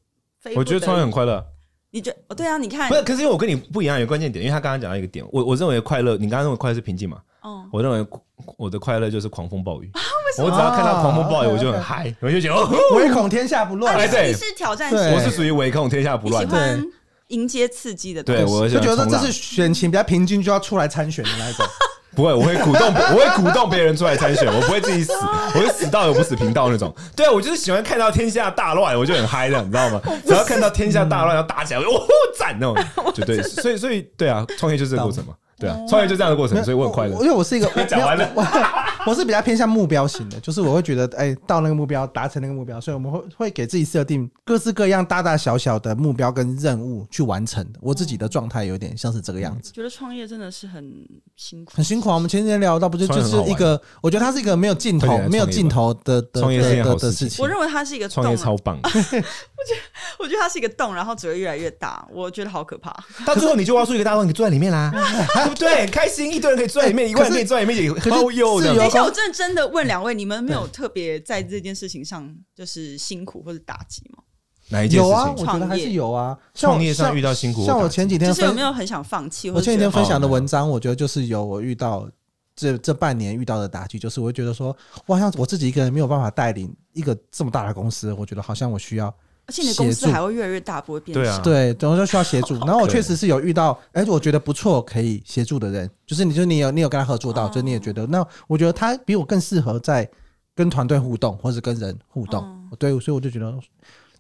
[SPEAKER 3] 非？
[SPEAKER 2] 我觉得创业很快乐，
[SPEAKER 3] 你觉哦对啊，你看
[SPEAKER 1] 哎
[SPEAKER 2] 不，是？可是因为我跟你不一样，有关键点，因为他刚刚讲到一个点，我我认为快乐，你刚刚认为快乐是平静嘛？
[SPEAKER 3] 嗯，
[SPEAKER 2] 我认为我的快乐就是狂风暴雨，我只要看到狂风暴雨，
[SPEAKER 1] 啊
[SPEAKER 2] 我就很
[SPEAKER 1] ，OK，OK
[SPEAKER 2] 嗨，我就觉得哦，
[SPEAKER 1] 看唯恐天下不乱啊
[SPEAKER 2] 哎，对
[SPEAKER 3] 你是挑战
[SPEAKER 1] 对
[SPEAKER 3] 型，
[SPEAKER 2] 我是属于唯恐天下不
[SPEAKER 3] 你喜
[SPEAKER 2] 乱的。
[SPEAKER 3] 欢迎接刺激的东
[SPEAKER 2] 对，
[SPEAKER 3] 西。
[SPEAKER 2] 我
[SPEAKER 1] 就觉得
[SPEAKER 2] 喜欢
[SPEAKER 1] 这
[SPEAKER 2] 冲
[SPEAKER 1] 是
[SPEAKER 2] 浪
[SPEAKER 1] 选情比较平均就要出来参选的那一种。
[SPEAKER 2] 不会，我会鼓动， *laughs* 我会鼓动别人出来参选，我不会自 *laughs* 己死，我会死到有不死频道那种。对，啊我就是喜欢看到天下大乱， *laughs* 我就很嗨的，你知道吗？只要看到天下大乱要打起来，我就哦赞那种，就 *laughs* 对。所以，所以对啊，创业就是这个过程嘛， *laughs* 对啊，创业就这样的过程，所以我很快乐
[SPEAKER 1] 我。因为我是一个
[SPEAKER 2] *laughs* 讲完了，
[SPEAKER 1] 我没有我 *laughs* 我是比较偏向目标型的，就是我会觉得，哎、到那个目标，达成那个目标，所以我们会会给自己设定各式各样、大大小小的目标跟任务去完成的。我自己的状态有点像是这个样子，
[SPEAKER 3] 觉得创业真的是很辛苦，
[SPEAKER 1] 很辛苦啊。我们前几天聊到，不就
[SPEAKER 2] 创
[SPEAKER 1] 就
[SPEAKER 2] 业很好
[SPEAKER 1] 是
[SPEAKER 2] 玩
[SPEAKER 1] 一个，我觉得它是一个没有尽
[SPEAKER 2] 快
[SPEAKER 1] 头
[SPEAKER 2] 点来、
[SPEAKER 1] 没有尽头的的
[SPEAKER 2] 创业是一
[SPEAKER 1] 的
[SPEAKER 2] 件好
[SPEAKER 1] 的
[SPEAKER 2] 事
[SPEAKER 1] 的
[SPEAKER 2] 情
[SPEAKER 1] 事
[SPEAKER 3] 我
[SPEAKER 1] 情。
[SPEAKER 3] 认为它是一个
[SPEAKER 2] 创业
[SPEAKER 3] 洞，
[SPEAKER 2] 超棒，
[SPEAKER 3] *laughs* 我觉得它是一个洞，然后只会越来越大，我觉得好可怕。
[SPEAKER 2] *laughs* 到最后你就挖出一个大洞，你坐在里面啦，对不 *laughs* 对？很开心，一堆人可以坐在里面，一 *laughs* 万人可以坐在里面，也
[SPEAKER 1] 是
[SPEAKER 2] 好有
[SPEAKER 1] 自
[SPEAKER 2] 的
[SPEAKER 1] 由。
[SPEAKER 3] 等一下，我真的真的问两位，你们没有特别在这件事情上就是辛苦或者打击吗？
[SPEAKER 2] 哪一件
[SPEAKER 1] 有
[SPEAKER 2] 事
[SPEAKER 1] 啊，我
[SPEAKER 2] 情？
[SPEAKER 1] 觉得还
[SPEAKER 3] 创
[SPEAKER 1] 是
[SPEAKER 3] 业
[SPEAKER 1] 有啊。像我
[SPEAKER 2] 创业上
[SPEAKER 1] 像
[SPEAKER 2] 遇到辛苦或
[SPEAKER 1] 像我
[SPEAKER 2] 打击
[SPEAKER 1] 前几天
[SPEAKER 3] 就是有
[SPEAKER 1] 分
[SPEAKER 3] 没有很想放弃？或
[SPEAKER 1] 我
[SPEAKER 3] 者
[SPEAKER 1] 前几天
[SPEAKER 3] 觉得哦
[SPEAKER 1] 分享的文章，我觉得就是有我遇到这这半年遇到的打击，就是我会觉得说，我好像我自己一个人没有办法带领一个这么大的公司，我觉得好像我需要
[SPEAKER 3] 而且你的公司
[SPEAKER 1] 协助
[SPEAKER 3] 还会越来越大，不会变
[SPEAKER 2] 对
[SPEAKER 3] 小。
[SPEAKER 2] 啊
[SPEAKER 1] 对，然后就需要协助。然后我
[SPEAKER 2] 对
[SPEAKER 1] 确实是有遇到，哎，我觉得不错可以协助的人，就是你，就是你有你有跟他合作到，
[SPEAKER 3] 哦
[SPEAKER 1] 就你也觉得，那我觉得他比我更适合在跟团队互动，或是跟人互动。
[SPEAKER 3] 哦
[SPEAKER 1] 对，所以我就觉得，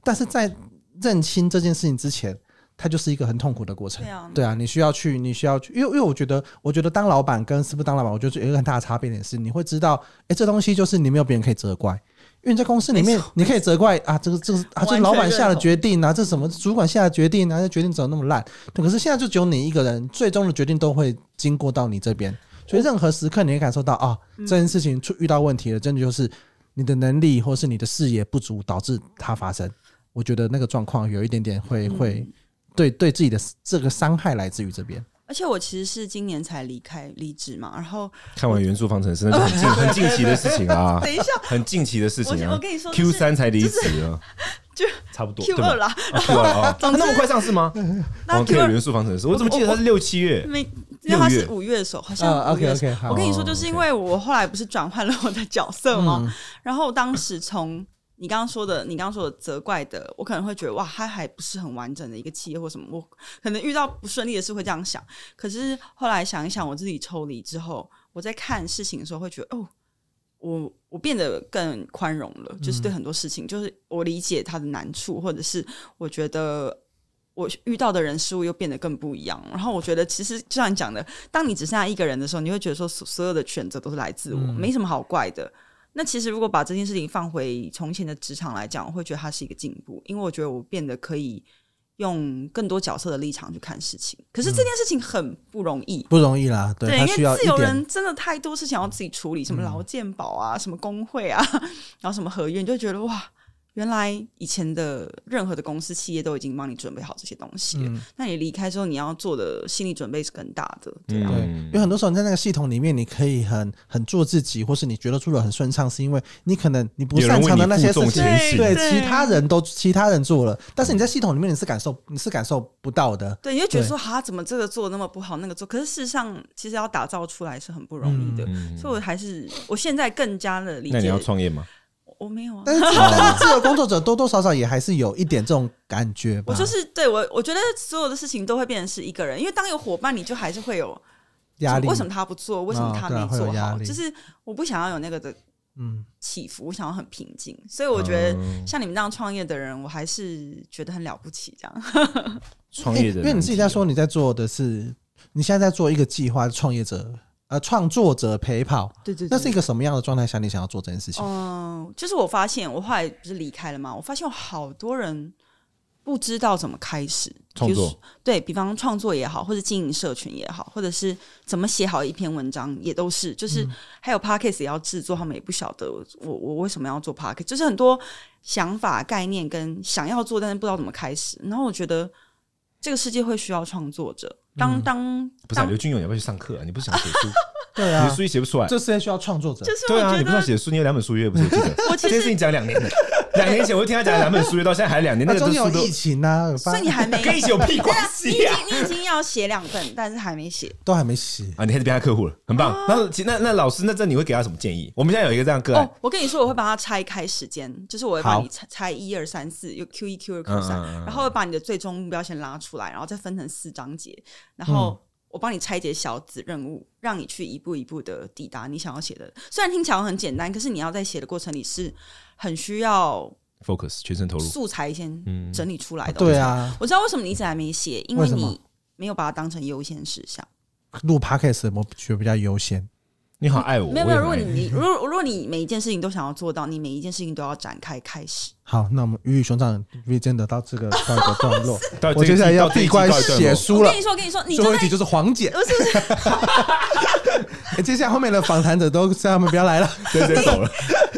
[SPEAKER 1] 但是在认清这件事情之前。它就是一个很痛苦的过程，
[SPEAKER 3] 对啊
[SPEAKER 1] 你需要去，你需要去，因为因为我觉得，我觉得当老板跟师傅当老板，我觉得有一个很大的差别点是，你会知道，哎，这东西就是你没有别人可以责怪，因为你在公司里面，你可以责怪啊，这个这个啊，这是
[SPEAKER 3] 完全
[SPEAKER 1] 老板下
[SPEAKER 3] 认
[SPEAKER 1] 了
[SPEAKER 3] 同
[SPEAKER 1] 决决定啊，这是什么主管下的决定啊，这决定怎么那么烂？对可是现在就只有你一个人，最终的决定都会经过到你这边，所以任何时刻你会感受到啊，
[SPEAKER 3] 嗯
[SPEAKER 1] 这件事情出遇到问题了，真的就是你的能力或是你的视野不足导致它发生。
[SPEAKER 3] 嗯
[SPEAKER 1] 我觉得那个状况有一点点会会对对自己的这个伤害来自于这边，
[SPEAKER 3] 而且我其实是今年才离开离职嘛，然后
[SPEAKER 2] 看完《元素方程式》，那
[SPEAKER 3] *laughs*
[SPEAKER 2] 是很近很近期的事情啊，
[SPEAKER 3] 等一下，
[SPEAKER 2] 很近期的事情
[SPEAKER 3] 我我
[SPEAKER 2] 啊。
[SPEAKER 3] 跟你说
[SPEAKER 2] Q
[SPEAKER 3] 就是
[SPEAKER 2] 三才离职啊，
[SPEAKER 3] 就
[SPEAKER 2] 差不多
[SPEAKER 3] Q 二，啦，
[SPEAKER 2] 对吧啊 Q 二
[SPEAKER 3] *laughs*
[SPEAKER 2] 啊，它那么快上市吗？
[SPEAKER 3] 嗯那
[SPEAKER 2] 哦，
[SPEAKER 3] Q
[SPEAKER 2] 对，《
[SPEAKER 3] 二
[SPEAKER 2] 元素方程式》，我怎么记得它是六七月？
[SPEAKER 3] 没，因为它
[SPEAKER 2] 六
[SPEAKER 3] 是
[SPEAKER 2] 月
[SPEAKER 3] 五月的时候，好
[SPEAKER 1] 啊
[SPEAKER 3] 像五
[SPEAKER 1] ，OK
[SPEAKER 3] 月的时
[SPEAKER 1] OK，
[SPEAKER 3] 候。
[SPEAKER 1] 好
[SPEAKER 3] 我跟你说，
[SPEAKER 2] 哦
[SPEAKER 3] 就是因
[SPEAKER 2] OK 嗯
[SPEAKER 3] 为我后来不是转换了我的角色吗？然后当时从你刚刚说的，你刚刚说的责怪的，我可能会觉得哇，它还不是很完整的一个企业或什么，我可能遇到不顺利的事会这样想。可是后来想一想，我自己抽离之后，我在看事情的时候会觉得哦。我我变得更宽容了，
[SPEAKER 2] 嗯
[SPEAKER 3] 就是对很多事情，就是我理解他的难处，或者是我觉得我遇到的人事物又变得更不一样。然后我觉得，其实就像你讲的，当你只剩下一个人的时候，你会觉得说所所有的选择都是来自我，
[SPEAKER 1] 嗯
[SPEAKER 3] 没什么好怪的。那其实如果把这件事情放回从前的职场来讲，我会觉得它是一个进步，因为我觉得我变得可以用更多角色的立场去看事情。可是这件事情很不容易。
[SPEAKER 1] 不容易啦，嗯对，
[SPEAKER 3] 对，
[SPEAKER 1] 他
[SPEAKER 3] 因
[SPEAKER 1] 需
[SPEAKER 3] 为
[SPEAKER 1] 要
[SPEAKER 3] 自
[SPEAKER 1] 一
[SPEAKER 3] 由
[SPEAKER 1] 点嗯
[SPEAKER 3] 人真的太多事情要自己处理，什么劳健保啊，什么工会啊， *laughs* 然后什么合约，你就觉得哇，原来以前的任何的公司企业都已经帮你准备好这些东西
[SPEAKER 1] 嗯
[SPEAKER 3] 了。那你离开之后，你要做的心理准备是更大的，对啊，
[SPEAKER 1] 对，
[SPEAKER 2] 嗯
[SPEAKER 1] 因为很多时候你在那个系统里面，你可以很很做自己，或是你觉得做的很顺畅，是因为你可能你不
[SPEAKER 2] 有人
[SPEAKER 1] 擅
[SPEAKER 2] 为
[SPEAKER 1] 长的
[SPEAKER 2] 你
[SPEAKER 1] 那
[SPEAKER 2] 负
[SPEAKER 1] 些事
[SPEAKER 2] 重
[SPEAKER 1] 情，
[SPEAKER 2] 前行
[SPEAKER 1] 对
[SPEAKER 3] 对
[SPEAKER 1] 其他人都其他人做了，但是你在系统里面你是感受你是感受不到
[SPEAKER 2] 嗯
[SPEAKER 1] 的，
[SPEAKER 3] 对，你就觉得说哈，怎么这个做得那么不好，那个做，可是事实上其实要打造出来是很不容易的，所以我还是我现在更加的理
[SPEAKER 2] 嗯那你要
[SPEAKER 3] 解，
[SPEAKER 2] 创业吗？
[SPEAKER 3] 我我没有啊，
[SPEAKER 1] 但是但是自由工作者多多少少也还是有一点这种感觉吧，
[SPEAKER 3] 我就是对我，我觉得所有的事情都会变成是一个人，因为当有伙伴，你就还是会有
[SPEAKER 1] 压力
[SPEAKER 3] 为什么他不做？为什么
[SPEAKER 1] 哦
[SPEAKER 3] 他
[SPEAKER 1] 对啊
[SPEAKER 3] 没
[SPEAKER 1] 会有
[SPEAKER 3] 做
[SPEAKER 1] 压
[SPEAKER 3] 好？
[SPEAKER 1] 力
[SPEAKER 3] 就是我不想要有那个的
[SPEAKER 1] 嗯
[SPEAKER 3] 起伏，我想要很平静。所以我觉
[SPEAKER 2] 嗯
[SPEAKER 3] 得像你们这样创业的人，我还是觉得很了不起。这样， *laughs*
[SPEAKER 2] 创业的，
[SPEAKER 1] 哎因为你自己在，说你在做的是你现在在做一个计划，创业者呃创作者陪跑，
[SPEAKER 3] 对对
[SPEAKER 1] 那是一个什么样的状态下你想要做这件事情？
[SPEAKER 3] 嗯，就是我发现我后来不是离开了嘛，我发现有好多人不知道怎么开始
[SPEAKER 2] 创
[SPEAKER 3] 比如
[SPEAKER 2] 作
[SPEAKER 3] 说对比方创作也好，或者经营社群也好，或者是怎么写好一篇文章，也都是就是
[SPEAKER 2] 嗯
[SPEAKER 3] 还有 podcast 也要制作，他们也不晓得我我为什么要做 podcast，就是很多想法概念跟想要做，但是不知道怎么开始。然后我觉得这个世界会需要创作者，当当
[SPEAKER 2] 不是啊
[SPEAKER 3] 当，
[SPEAKER 2] 刘俊勇，你要不要去上课啊？你不是想写
[SPEAKER 3] *laughs*
[SPEAKER 2] 书？
[SPEAKER 1] 对
[SPEAKER 2] 你
[SPEAKER 1] 啊
[SPEAKER 2] 的，书也写不出来。
[SPEAKER 1] 这世界需要创作者，
[SPEAKER 3] 就是我
[SPEAKER 2] 对
[SPEAKER 3] 觉
[SPEAKER 2] 啊，
[SPEAKER 3] 得
[SPEAKER 2] 你不是要写书，你有两本书约，不是？我记得
[SPEAKER 3] 我
[SPEAKER 2] 这件
[SPEAKER 3] 其
[SPEAKER 2] 事
[SPEAKER 3] 实
[SPEAKER 2] 情讲两年了，两年前我就听他讲两本书约，到现在还两年，哎
[SPEAKER 1] 那
[SPEAKER 2] 那个
[SPEAKER 1] 中
[SPEAKER 2] 都
[SPEAKER 1] 间
[SPEAKER 2] 书
[SPEAKER 1] 有
[SPEAKER 2] 都
[SPEAKER 1] 疫情啊，有发
[SPEAKER 3] 所以你
[SPEAKER 2] *laughs*
[SPEAKER 3] 还没
[SPEAKER 2] 跟疫情有屁关
[SPEAKER 3] 你已
[SPEAKER 2] 系
[SPEAKER 3] 经
[SPEAKER 2] 啊？
[SPEAKER 3] 你已经要写两本，但是还没写。
[SPEAKER 1] 都还没洗，
[SPEAKER 2] 啊，你还是变他客户了，很棒。
[SPEAKER 3] 啊
[SPEAKER 2] 然后其那那老师，那这你会给他什么建议？我们现在有一个这样个案
[SPEAKER 3] 哦，，我跟你说，我会把它拆开时间，就是我会把
[SPEAKER 1] 好
[SPEAKER 3] 你拆拆一二三四，有 Q 一 Q 二
[SPEAKER 2] 嗯
[SPEAKER 3] Q 三
[SPEAKER 2] 嗯嗯嗯，
[SPEAKER 3] 然后会把你的最终目标先拉出来，然后再分成四章节，然后
[SPEAKER 1] 嗯
[SPEAKER 3] 我帮你拆解小子任务，让你去一步一步的抵达你想要写的。虽然听起来很简单，可是你要在写的过程里是很需要
[SPEAKER 2] focus 全身投入，
[SPEAKER 3] 素材先
[SPEAKER 2] 嗯
[SPEAKER 3] 整理出来的。
[SPEAKER 1] 对，啊，
[SPEAKER 3] 我知道为什么你一直还没写，因为
[SPEAKER 1] 为什么
[SPEAKER 3] 你没有把它当成优先事项。
[SPEAKER 1] 录 podcast 我觉得比较优先，
[SPEAKER 2] 你好爱我，
[SPEAKER 3] 没有没有，如
[SPEAKER 2] 我
[SPEAKER 3] 果
[SPEAKER 2] 也
[SPEAKER 3] 你
[SPEAKER 2] 很爱，
[SPEAKER 3] 你如果如果你每一件事情都想要做到，你每一件事情都要展开开始。
[SPEAKER 1] 好，那我们鱼与熊掌必争的到这个告一个段落
[SPEAKER 2] *laughs* 到这
[SPEAKER 1] 我
[SPEAKER 2] 一集
[SPEAKER 1] 接下来要
[SPEAKER 2] 到这一
[SPEAKER 1] 闭
[SPEAKER 2] 集
[SPEAKER 1] 关
[SPEAKER 2] 告一段落
[SPEAKER 1] 写书了
[SPEAKER 3] 我跟。你说，我跟你说，你
[SPEAKER 1] 最
[SPEAKER 3] 就
[SPEAKER 1] 后一
[SPEAKER 3] 在
[SPEAKER 1] 集就是黄姐，
[SPEAKER 3] 不是不是，
[SPEAKER 1] 欸接下来后面的访谈者都叫他们不要来了。
[SPEAKER 2] *laughs* 对对走了，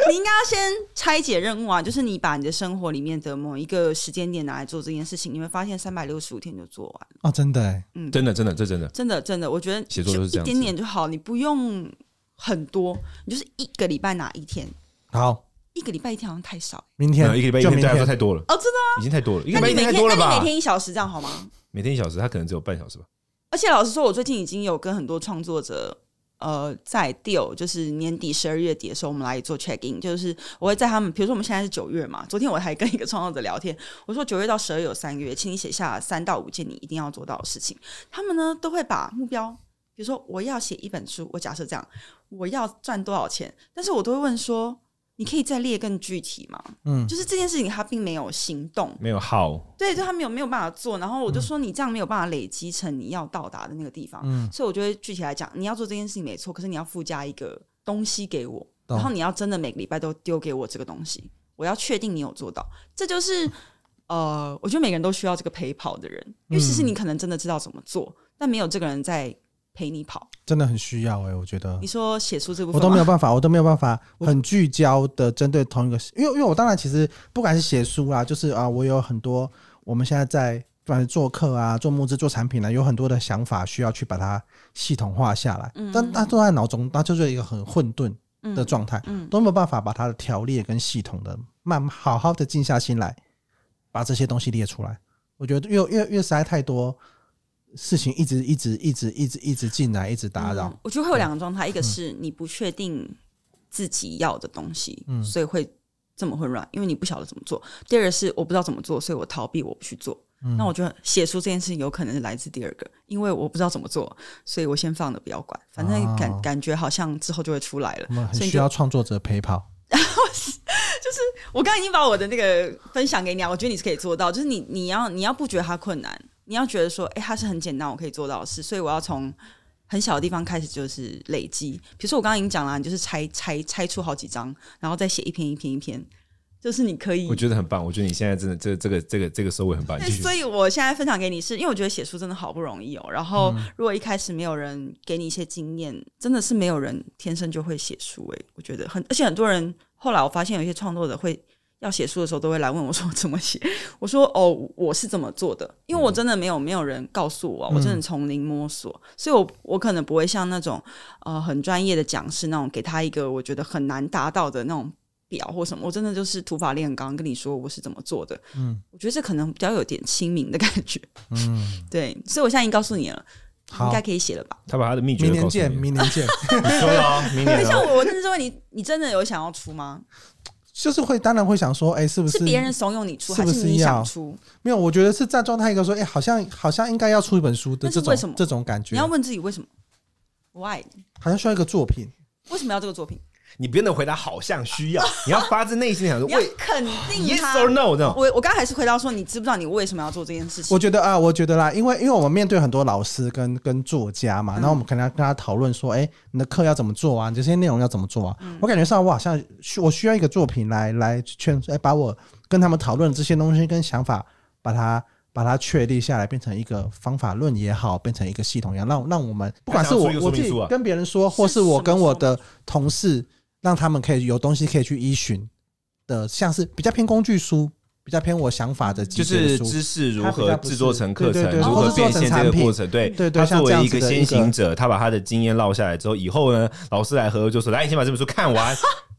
[SPEAKER 3] 你应该要先拆解任务啊，就是你把你的生活里面的某一个时间点拿来做这件事情，你会发现三百六十五天就做完了。
[SPEAKER 1] 哦，真的欸，
[SPEAKER 2] 真的真的这真的。
[SPEAKER 3] 真的真的，我觉得
[SPEAKER 2] 写作就是这
[SPEAKER 3] 一
[SPEAKER 2] 样子
[SPEAKER 3] 点点就好，你不用很多，你就是一个礼拜哪一天，
[SPEAKER 1] 好，
[SPEAKER 3] 一个礼拜一天好像太少
[SPEAKER 1] 哦明天
[SPEAKER 2] 嗯一个礼拜一
[SPEAKER 1] 就
[SPEAKER 2] 天
[SPEAKER 1] 明
[SPEAKER 2] 对他来
[SPEAKER 1] 天，
[SPEAKER 2] 说太多了，
[SPEAKER 3] 哦，真的。
[SPEAKER 2] 已经太多了，一个
[SPEAKER 3] 那
[SPEAKER 2] 礼拜一
[SPEAKER 3] 你
[SPEAKER 2] 天太
[SPEAKER 3] 每天
[SPEAKER 2] 多了
[SPEAKER 3] 那你
[SPEAKER 2] 吧
[SPEAKER 3] 每？天一小时这样好吗？
[SPEAKER 2] 每天一小时，他可能只有半小时吧。
[SPEAKER 3] 而且老实说，我最近已经有跟很多创作者。呃，在 deal 就是年底十二月底的时候，我们来做 check in，就是我会在他们，比如说我们现在是九月嘛，昨天我还跟一个创作者聊天，我说九月到十二月有三个月，请你写下三到五件你一定要做到的事情。他们呢都会把目标，比如说我要写一本书，我假设这样，我要赚多少钱，但是我都会问说，你可以再列更具体吗？
[SPEAKER 1] 嗯
[SPEAKER 3] 就是这件事情他并没有行动，
[SPEAKER 2] 没有好，
[SPEAKER 3] 对，就他没有没有办法做，然后我就说你这样没有办法累积成你要到达的那个地方，
[SPEAKER 1] 嗯
[SPEAKER 3] 所以我就会具体来讲，你要做这件事情没错，可是你要附加一个东西给我，
[SPEAKER 1] 懂
[SPEAKER 3] 然后你要真的每个礼拜都丢给我这个东西，我要确定你有做到，这就是呃，我觉得每个人都需要这个陪跑的人，因为其实
[SPEAKER 1] 嗯
[SPEAKER 3] 你可能真的知道怎么做，但没有这个人在陪你跑。
[SPEAKER 1] 真的很需要哎，我觉得
[SPEAKER 3] 你说写出这部分
[SPEAKER 1] 我都没有
[SPEAKER 3] 吗
[SPEAKER 1] 办
[SPEAKER 3] *laughs*
[SPEAKER 1] 法，我都没有办法很聚焦的针对同一个事，因为因为我当然其实不管是写书啦，就是啊，我有很多我们现在在不管是做客啊、做募资、做产品呢、有很多的想法需要去把它系统化下来，但大家都在脑中，它就是一个很混沌的状态，
[SPEAKER 3] 嗯嗯
[SPEAKER 1] 都没有办法把它的条列跟系统的慢好好的静下心来，把这些东西列出来。我觉得越越越实在太多事情，一直一直一直一直一直进来，一直打扰。
[SPEAKER 3] 嗯我觉得会有两个状态，一个是你不确定自己要的东西，
[SPEAKER 1] 嗯
[SPEAKER 3] 所以会这么混乱，因为你不晓得怎么做；第二个是我不知道怎么做，所以我逃避，我不去做。
[SPEAKER 1] 嗯
[SPEAKER 3] 那我觉得写书这件事情有可能是来自第二个，因为我不知道怎么做，所以我先放着不要管，反正感、
[SPEAKER 1] 哦
[SPEAKER 3] 感觉好像之后就会出来了
[SPEAKER 1] 我。们很
[SPEAKER 3] 所以
[SPEAKER 1] 需
[SPEAKER 3] 就
[SPEAKER 1] 要创作者陪跑。
[SPEAKER 3] 我刚刚已经把我的那个分享给你啊，我觉得你是可以做到，就是你你要你要不觉得它困难，你要觉得说，哎、它是很简单，我可以做到的事，所以我要从很小的地方开始，就是累积。比如说我刚刚已经讲了，你就是拆拆拆出好几张，然后再写一篇一篇一篇，就是你可以
[SPEAKER 2] 我。觉得很棒，我觉得你现在真的这这个这个这个收尾很棒，你
[SPEAKER 3] 对
[SPEAKER 2] 继续
[SPEAKER 3] 哎所以我现在分享给你是，因为我觉得写书真的好不容易哦。然后，如果一开始没有人给你一些经验，真的是没有人天生就会写书诶、我觉得很，而且很多人后来我发现有一些创作者会要写书的时候都会来问我说 *laughs* 怎么写，我说哦，我是怎么做的，因为我真的没有没有人告诉我啊，我真的从零摸索，所以我我可能不会像那种呃很专业的讲师那种给他一个我觉得很难达到的那种表或什么，我真的就是土法炼钢跟你说我是怎么做的，嗯，我觉得这可能比较有点亲民的感觉，嗯，对，所以我现在已经告诉你了，
[SPEAKER 1] 好
[SPEAKER 3] 应该可以写了吧？
[SPEAKER 2] 他把他的秘诀
[SPEAKER 1] 明年
[SPEAKER 2] 都告诉你
[SPEAKER 1] 见，
[SPEAKER 2] 了，
[SPEAKER 1] 明年见。
[SPEAKER 2] *laughs*
[SPEAKER 1] 哎
[SPEAKER 2] 你说了哦，
[SPEAKER 1] *laughs*
[SPEAKER 2] 明年
[SPEAKER 3] 但
[SPEAKER 2] 了
[SPEAKER 3] 像
[SPEAKER 2] 哦。
[SPEAKER 3] 我，我真的是问你，你真的有想要出吗？
[SPEAKER 1] 就是会，当然会想说，哎、是不
[SPEAKER 3] 是
[SPEAKER 1] 是
[SPEAKER 3] 别人怂恿你出，
[SPEAKER 1] 是不
[SPEAKER 3] 还
[SPEAKER 1] 是
[SPEAKER 3] 你
[SPEAKER 1] 要
[SPEAKER 3] 想出？
[SPEAKER 1] 没有？我觉得是在状态一个说，哎、好像好像应该要出一本书的
[SPEAKER 3] 那是
[SPEAKER 1] 这
[SPEAKER 3] 为什
[SPEAKER 1] 种
[SPEAKER 3] 么
[SPEAKER 1] 这种感觉
[SPEAKER 3] 你要，问自己为什么？Why？
[SPEAKER 1] 好像需要一个作品。
[SPEAKER 3] 为什么要这个作品？
[SPEAKER 2] 你不要能回答好像需
[SPEAKER 3] *laughs*
[SPEAKER 2] 要，你要发自内心地想说
[SPEAKER 3] 你要
[SPEAKER 2] 为
[SPEAKER 3] 肯定
[SPEAKER 2] yes
[SPEAKER 3] 他。
[SPEAKER 2] or no 这种。
[SPEAKER 3] 我我刚才还是回答说，你知不知道你为什么要做这件事情？
[SPEAKER 1] 我觉得啊，我觉得啦，因为因为我们面对很多老师跟跟作家
[SPEAKER 3] 嗯
[SPEAKER 1] 嘛，然后我们可能要跟他讨论说，哎、你的课要怎么做啊？你这些内容要怎么做啊？
[SPEAKER 3] 嗯
[SPEAKER 1] 我感觉上我好像需我需要一个作品来来劝，哎、把我跟他们讨论的这些东西跟想法，把它把它确立下来，变成一个方法论也好，变成一个系统一样，让让我们不管是我
[SPEAKER 2] 他想要出
[SPEAKER 1] 我
[SPEAKER 2] 一个说
[SPEAKER 1] 自
[SPEAKER 2] 明
[SPEAKER 1] 己
[SPEAKER 2] 书啊
[SPEAKER 1] 跟别人说，或
[SPEAKER 3] 是
[SPEAKER 1] 是我跟我
[SPEAKER 3] 什么
[SPEAKER 1] 的同事，让他们可以有东西可以去依循的，像是比较偏工具书。比较偏我想法的集
[SPEAKER 2] 嗯就
[SPEAKER 1] 结的
[SPEAKER 2] 是
[SPEAKER 1] 书
[SPEAKER 2] 知识如
[SPEAKER 1] 它比
[SPEAKER 2] 何
[SPEAKER 1] 较不
[SPEAKER 2] 制
[SPEAKER 1] 是
[SPEAKER 2] 作成课程，
[SPEAKER 1] 对对对
[SPEAKER 2] 如
[SPEAKER 3] 或
[SPEAKER 2] 何
[SPEAKER 3] 是
[SPEAKER 1] 做
[SPEAKER 2] 变
[SPEAKER 1] 成
[SPEAKER 2] 现
[SPEAKER 1] 产
[SPEAKER 2] 这个
[SPEAKER 1] 品
[SPEAKER 2] 过程，对
[SPEAKER 1] 对对
[SPEAKER 2] 他
[SPEAKER 1] 像
[SPEAKER 2] 作
[SPEAKER 1] 这
[SPEAKER 2] 为
[SPEAKER 1] 样
[SPEAKER 2] 一
[SPEAKER 1] 子
[SPEAKER 2] 个
[SPEAKER 1] 的
[SPEAKER 2] 先
[SPEAKER 1] 一
[SPEAKER 2] 行
[SPEAKER 1] 个
[SPEAKER 2] 者，他把他的经验落下来之后，以后呢，老师来合就说：“来，你先把这本书看完。”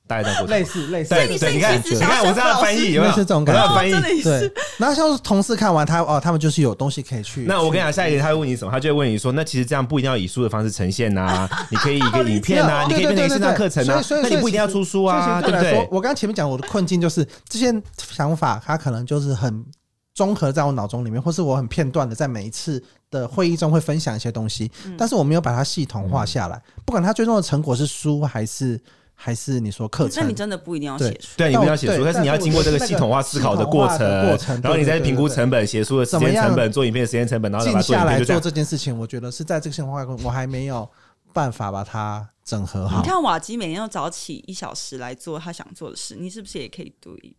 [SPEAKER 2] 大概这样过程
[SPEAKER 1] 类。似类似，
[SPEAKER 3] 所以
[SPEAKER 2] 对
[SPEAKER 3] 所
[SPEAKER 2] 对，
[SPEAKER 3] 以
[SPEAKER 2] 你看，
[SPEAKER 3] 你是
[SPEAKER 2] 你
[SPEAKER 3] 想要
[SPEAKER 2] 看，我这样翻译有
[SPEAKER 1] 类
[SPEAKER 2] 没有？
[SPEAKER 1] 似这种
[SPEAKER 2] 我这
[SPEAKER 1] 感觉
[SPEAKER 2] 样翻译
[SPEAKER 3] 真。的
[SPEAKER 1] 对
[SPEAKER 3] 是，
[SPEAKER 1] 然后像是同事看完他哦，他们就是有东西可以去。
[SPEAKER 2] 那我
[SPEAKER 1] 去
[SPEAKER 2] 跟你
[SPEAKER 3] *laughs*
[SPEAKER 2] 讲，下一个他会问你什么？他就会问你说：“那其实这样不一定要以书的方式呈现呐，你可以
[SPEAKER 1] 哦
[SPEAKER 2] 以一个影片啊呐，你
[SPEAKER 1] 对
[SPEAKER 2] 可以变
[SPEAKER 1] 对对
[SPEAKER 2] 成一个线上
[SPEAKER 1] 对
[SPEAKER 2] 课程呐
[SPEAKER 1] 所以所，以
[SPEAKER 2] 那你不一定要出书啊，
[SPEAKER 1] 所以对
[SPEAKER 2] 对不
[SPEAKER 1] 我来说
[SPEAKER 2] 对，？”
[SPEAKER 1] 我刚刚前面讲我的困境就是这些想法，它可能就是很综合在我脑中里面，或是我很片段的在每一次的会议中会分享一些东西，但是我没有把它系统化下来。不管它最终的成果是书还是还是你说课
[SPEAKER 3] 那
[SPEAKER 1] 程
[SPEAKER 3] 你，真的不一定要写书。
[SPEAKER 2] 对，你
[SPEAKER 1] 但
[SPEAKER 2] 不
[SPEAKER 1] 我
[SPEAKER 2] 要写
[SPEAKER 1] 对
[SPEAKER 2] 书，但是你要
[SPEAKER 1] 但是
[SPEAKER 2] 经过
[SPEAKER 1] 我
[SPEAKER 2] 这
[SPEAKER 1] 觉
[SPEAKER 2] 个
[SPEAKER 1] 得
[SPEAKER 2] 系
[SPEAKER 1] 那个
[SPEAKER 2] 统化思考的过
[SPEAKER 1] 系统化的过程
[SPEAKER 2] 然后你
[SPEAKER 1] 对
[SPEAKER 2] 再
[SPEAKER 1] 对对
[SPEAKER 2] 评估
[SPEAKER 1] 对对
[SPEAKER 2] 成本、写书的时
[SPEAKER 1] 怎么
[SPEAKER 2] 间
[SPEAKER 1] 样
[SPEAKER 2] 成本、做影片的时间成本，然后再把
[SPEAKER 1] 静
[SPEAKER 2] 它做影
[SPEAKER 1] 下
[SPEAKER 2] 片，
[SPEAKER 1] 来
[SPEAKER 2] 就这
[SPEAKER 1] 做
[SPEAKER 2] 样。
[SPEAKER 1] 这件事情，我觉得是在这个系统化中我还没有办法把它整合好
[SPEAKER 3] 你。看瓦基每天都早起一小时来做他想做的事，你是不是也可以读一？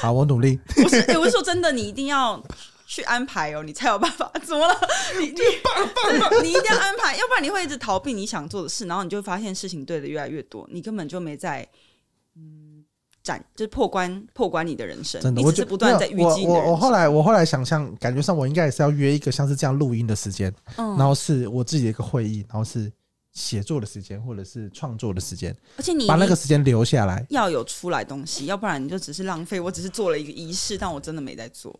[SPEAKER 1] 好，我努力。
[SPEAKER 3] 不是，哎我是说真的，你一定要去安排哦，你才有办法。怎么了？你你对 *laughs* 你一定要安排，要不然你会一直逃避你想做的事，然后你就会发现事情对的越来越多，你根本就没在嗯展，就是破关破关你的人生，
[SPEAKER 1] 真的，
[SPEAKER 3] 你
[SPEAKER 1] 我
[SPEAKER 3] 只
[SPEAKER 1] 觉
[SPEAKER 3] 是
[SPEAKER 1] 得
[SPEAKER 3] 不断地在
[SPEAKER 1] 没
[SPEAKER 3] 淤
[SPEAKER 1] 有
[SPEAKER 3] 积你的
[SPEAKER 1] 我我我
[SPEAKER 3] 人生
[SPEAKER 1] 后来我后来想象，感觉上我应该也是要约一个像是这样录音的时间，
[SPEAKER 3] 嗯
[SPEAKER 1] 然后是我自己的一个会议，然后是写作的时间或者是创作的时间，
[SPEAKER 3] 而且你
[SPEAKER 1] 把那个时间留下来。
[SPEAKER 3] 要有出来东西，要不然你就只是浪费。我只是做了一个仪式，但我真的没在做。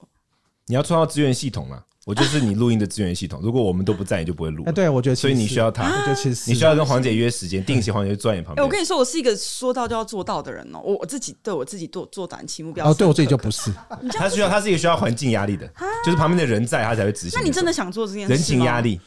[SPEAKER 2] 你要创造资源系统嘛？我就是你录音的资源系统。如果我们都不在，你就不会录
[SPEAKER 1] *laughs* 哎，。对，我觉得其
[SPEAKER 2] 所以
[SPEAKER 1] 实
[SPEAKER 2] 你需要他，
[SPEAKER 3] 啊
[SPEAKER 1] 是，我觉得其实是
[SPEAKER 2] 你需要跟黄姐约时间，定期黄姐就坐在你旁
[SPEAKER 3] 哎、我
[SPEAKER 2] 边。
[SPEAKER 3] 跟你说，我是一个说到就要做到的人哦。我我自己对我自己做做短期目标，
[SPEAKER 1] 哦，对我自己就。不是，
[SPEAKER 2] 他需要，他是一个需要环境压力的，就是旁边的人在，他才会执行。
[SPEAKER 3] 啊那你真的想做这件事吗？
[SPEAKER 2] 人情压力？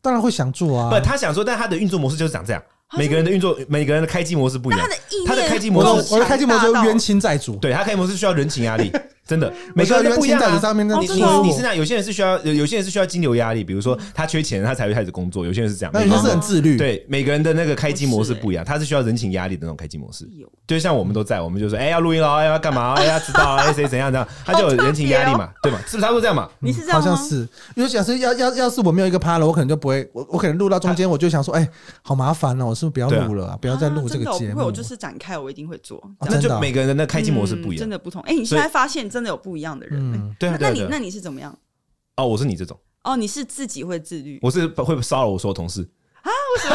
[SPEAKER 1] 当然会想做啊
[SPEAKER 2] 不，。他想说，但他的运作模式就是长这样。每个人的运作，每个人的开机模式不一
[SPEAKER 3] 那
[SPEAKER 2] 样
[SPEAKER 3] 他的意。念，
[SPEAKER 2] 他的开机
[SPEAKER 1] 我
[SPEAKER 2] 模
[SPEAKER 1] 的
[SPEAKER 2] 式，
[SPEAKER 1] 我的开机模式就是冤亲债主，
[SPEAKER 2] 对他开机模式需要人情压力，
[SPEAKER 1] *laughs*
[SPEAKER 2] 真的，每个人都
[SPEAKER 1] 冤
[SPEAKER 2] 不一
[SPEAKER 1] 亲
[SPEAKER 2] 样
[SPEAKER 1] 债主
[SPEAKER 2] 啊。
[SPEAKER 1] 上面那
[SPEAKER 3] 哦
[SPEAKER 2] 你
[SPEAKER 3] 真
[SPEAKER 2] 你
[SPEAKER 3] 的哦
[SPEAKER 2] 你是那样，有些人是需要，有有些人是需要金流压力，比如说他缺钱，他才会开始工作。有些人是这样，
[SPEAKER 1] 那
[SPEAKER 2] 每
[SPEAKER 1] 你
[SPEAKER 2] 个
[SPEAKER 1] 就
[SPEAKER 2] 人
[SPEAKER 1] 是很自律，，
[SPEAKER 2] 对每个人的那个开机模式
[SPEAKER 3] 不是欸
[SPEAKER 2] 不一样，他是需要人情压力的那种开机模式。
[SPEAKER 3] 有
[SPEAKER 2] 就像我们都在，我们就说，哎、要录音了，哎、要干嘛，哎、要知道，哎、谁怎样怎样，他就有
[SPEAKER 3] 哦
[SPEAKER 2] 人情压力嘛，对嘛，是不是？他会这样嘛？
[SPEAKER 3] 你是这样
[SPEAKER 1] 好
[SPEAKER 3] 吗？
[SPEAKER 1] 像是。因为假设要要要是我没有一个 p a 我可能就不会，我我可能录到中间我就想说，哎，好麻烦哦，我是不是不要
[SPEAKER 2] 对啊
[SPEAKER 1] 录了啊，不要再录这个
[SPEAKER 3] 啊真的
[SPEAKER 1] 节
[SPEAKER 3] 我不
[SPEAKER 1] 目
[SPEAKER 3] 会，
[SPEAKER 1] 了。
[SPEAKER 3] 我就是展开，我一定会做。
[SPEAKER 1] 哦
[SPEAKER 2] 那
[SPEAKER 1] 真
[SPEAKER 2] 就
[SPEAKER 1] 的啊
[SPEAKER 2] 每个人的那开
[SPEAKER 3] 开
[SPEAKER 2] 机模式不一样
[SPEAKER 3] 真。的不同。哎、你
[SPEAKER 2] 所
[SPEAKER 3] 现
[SPEAKER 2] 以
[SPEAKER 3] 在发现真的有不一样的人欸、
[SPEAKER 1] 嗯，
[SPEAKER 2] 对啊，对啊
[SPEAKER 3] 那那你
[SPEAKER 2] 对
[SPEAKER 3] 那
[SPEAKER 2] 啊
[SPEAKER 3] 你是怎么样？
[SPEAKER 2] 哦，我是你这种，
[SPEAKER 3] 哦，你是自己会自律，
[SPEAKER 2] 我是会骚扰我所有同事啊？为什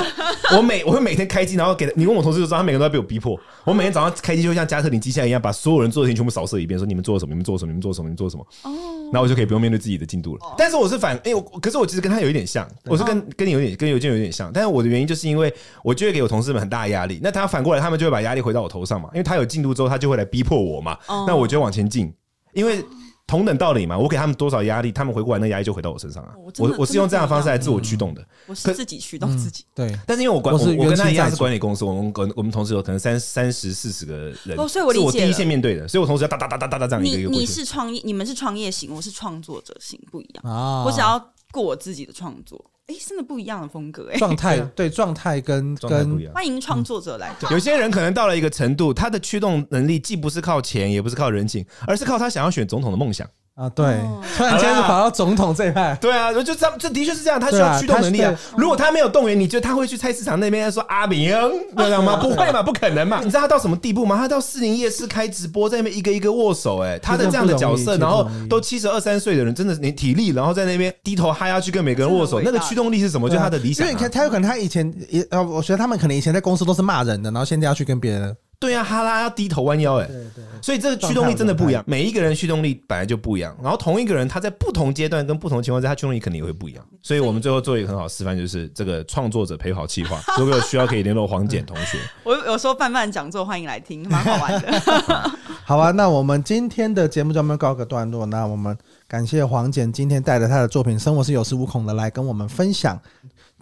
[SPEAKER 2] 么？我每我会每天开机，然后给你问我同事就知道，他每个人都在被我逼迫。我每天早上开机就像加特林机器人一样，把所有人做的事情全部扫射一遍，说你们做了什么，你们做了什么，你们做了什么，你们做了什么。哦，那我就可以不用面对自己的进度了。但是我是反，哎，我可是我其实跟他有一点像，我是跟跟你有点跟邮件有点像，但是我的原因就是因为我就会给我同事们很大的压力，那他反过来他们就会把压力回到我头上嘛，因为他有进度之后，他就会来逼迫我嘛，
[SPEAKER 3] 哦
[SPEAKER 2] 那我就往前进，因为。同等道理嘛，我给他们多少压力，他们回过来那压力就回到我身上啊
[SPEAKER 3] 哦。真的嗯
[SPEAKER 2] 我我是用这样的方式来自我驱动的，
[SPEAKER 3] 我
[SPEAKER 2] 可
[SPEAKER 3] 是自己驱
[SPEAKER 2] 嗯
[SPEAKER 3] 动自己。
[SPEAKER 1] 嗯对，
[SPEAKER 2] 但是因为我管
[SPEAKER 1] 我
[SPEAKER 2] 我
[SPEAKER 1] 是
[SPEAKER 2] 我跟他
[SPEAKER 1] 冤
[SPEAKER 2] 一
[SPEAKER 1] 亲债
[SPEAKER 2] 样
[SPEAKER 1] 主
[SPEAKER 2] 是管理公司，我们我们我们同时有可能三三十四十个人，
[SPEAKER 3] 哦所以我理
[SPEAKER 2] 是
[SPEAKER 3] 解
[SPEAKER 2] 我
[SPEAKER 3] 了
[SPEAKER 2] 第一线面对的，所以我同时要哒哒哒哒哒哒这样一个一
[SPEAKER 3] 你
[SPEAKER 2] 个过
[SPEAKER 3] 你
[SPEAKER 2] 去。
[SPEAKER 3] 是创业，你们是创业型，我是创作者型，不一样。
[SPEAKER 1] 啊，
[SPEAKER 3] 我只要过我自己的创作，哎、真的不一样的风
[SPEAKER 2] 嗯
[SPEAKER 3] 格哎、
[SPEAKER 1] *laughs* 状态，对状态跟
[SPEAKER 2] 啊状态不一
[SPEAKER 1] 跟
[SPEAKER 2] 样。
[SPEAKER 3] 欢迎创作者来。
[SPEAKER 2] 有些人可能到了一个程度，他的驱动能力既不是靠钱，也不是靠人情，而是靠他想要选总统的梦想。
[SPEAKER 1] 啊，对
[SPEAKER 3] 哦，
[SPEAKER 1] *laughs* 突然间跑到总统这一派，
[SPEAKER 2] 对啊，就这这的确是这样，他需
[SPEAKER 1] 对啊
[SPEAKER 2] 要驱动能力
[SPEAKER 1] 他
[SPEAKER 2] 啊
[SPEAKER 1] 是。
[SPEAKER 2] 如果他没有动员，你觉得他会去菜市场那边说阿明，对道吗？不会嘛，不可能 *laughs* 嘛。你知道他到什么地步吗？他到士林夜市开直播，在那边一个一个握手、哎，他的这样的角
[SPEAKER 1] 这
[SPEAKER 2] 色，
[SPEAKER 1] 个不容易
[SPEAKER 2] 然后
[SPEAKER 1] 这个不容易
[SPEAKER 2] 都七十二三岁的人，真的连体力，然后在那边低头哈腰去跟每个人握手，
[SPEAKER 3] 真
[SPEAKER 2] 那
[SPEAKER 3] 的很伟大
[SPEAKER 2] 个驱动力是什么？就他的理想、
[SPEAKER 1] 因为你看，
[SPEAKER 2] 啊。
[SPEAKER 1] 他有可能他以前也呃，我觉得他们可能以前在公司都是骂人的，然后现在要去跟别人，
[SPEAKER 2] 对啊，哈拉要低头弯腰、哎。
[SPEAKER 1] 对对，
[SPEAKER 2] 所以这个驱动力真的不一样，每一个人驱动力本来就不一样，然后同一个人他在不同阶段跟不同情况下，他驱动力肯定也会不一样。所以我们最后做一个很好的示范，就是这个创作者陪跑计
[SPEAKER 1] *laughs*
[SPEAKER 2] 划，如果有需要可以联络黄简同学。
[SPEAKER 3] 我有时候办办讲座，欢迎来听，蛮好玩
[SPEAKER 2] *laughs*
[SPEAKER 3] 的。
[SPEAKER 1] 好啊，那我们今天的节目就要告一个段落。那我们感谢黄简今天带着他的作品《生活是有恃无恐》的来跟我们分享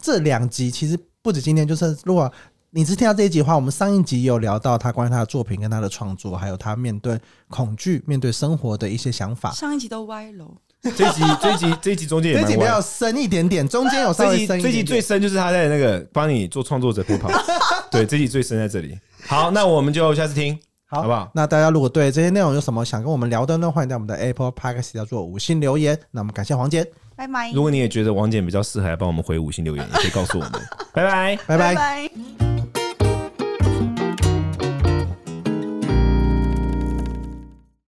[SPEAKER 1] 这两集。其实不止今天，就是如果你是听到这一集的话，我们上一集也有聊到他关于他的作品、跟他的创作，还有他面对恐惧、面对生活的一些想法。
[SPEAKER 3] 上一集都歪楼，
[SPEAKER 2] 这一集这一集这一集中间也
[SPEAKER 1] 这一
[SPEAKER 2] 蛮
[SPEAKER 1] 集比
[SPEAKER 2] 歪
[SPEAKER 1] 较
[SPEAKER 2] 的。
[SPEAKER 1] 深一点点，中间有稍
[SPEAKER 2] 这
[SPEAKER 1] 微
[SPEAKER 2] 集
[SPEAKER 1] 深一
[SPEAKER 2] 这集
[SPEAKER 1] 点
[SPEAKER 2] 最
[SPEAKER 1] 点。
[SPEAKER 2] 深就是他在那个帮你做创作
[SPEAKER 1] *laughs*
[SPEAKER 2] 者陪跑，对，这集最深在这里。好，那我们就下次听，好不好？
[SPEAKER 1] 那大家如果对这些内容有什么想跟我们聊的呢，欢迎在我们的 Apple Podcast 叫做五星留言。那我们感谢黄简，
[SPEAKER 3] 拜
[SPEAKER 1] *laughs*
[SPEAKER 3] 拜，
[SPEAKER 2] 如果你也觉得王简比较适合，来帮我们回五星留言，也可以告诉我们。拜拜。
[SPEAKER 1] 拜拜
[SPEAKER 3] 拜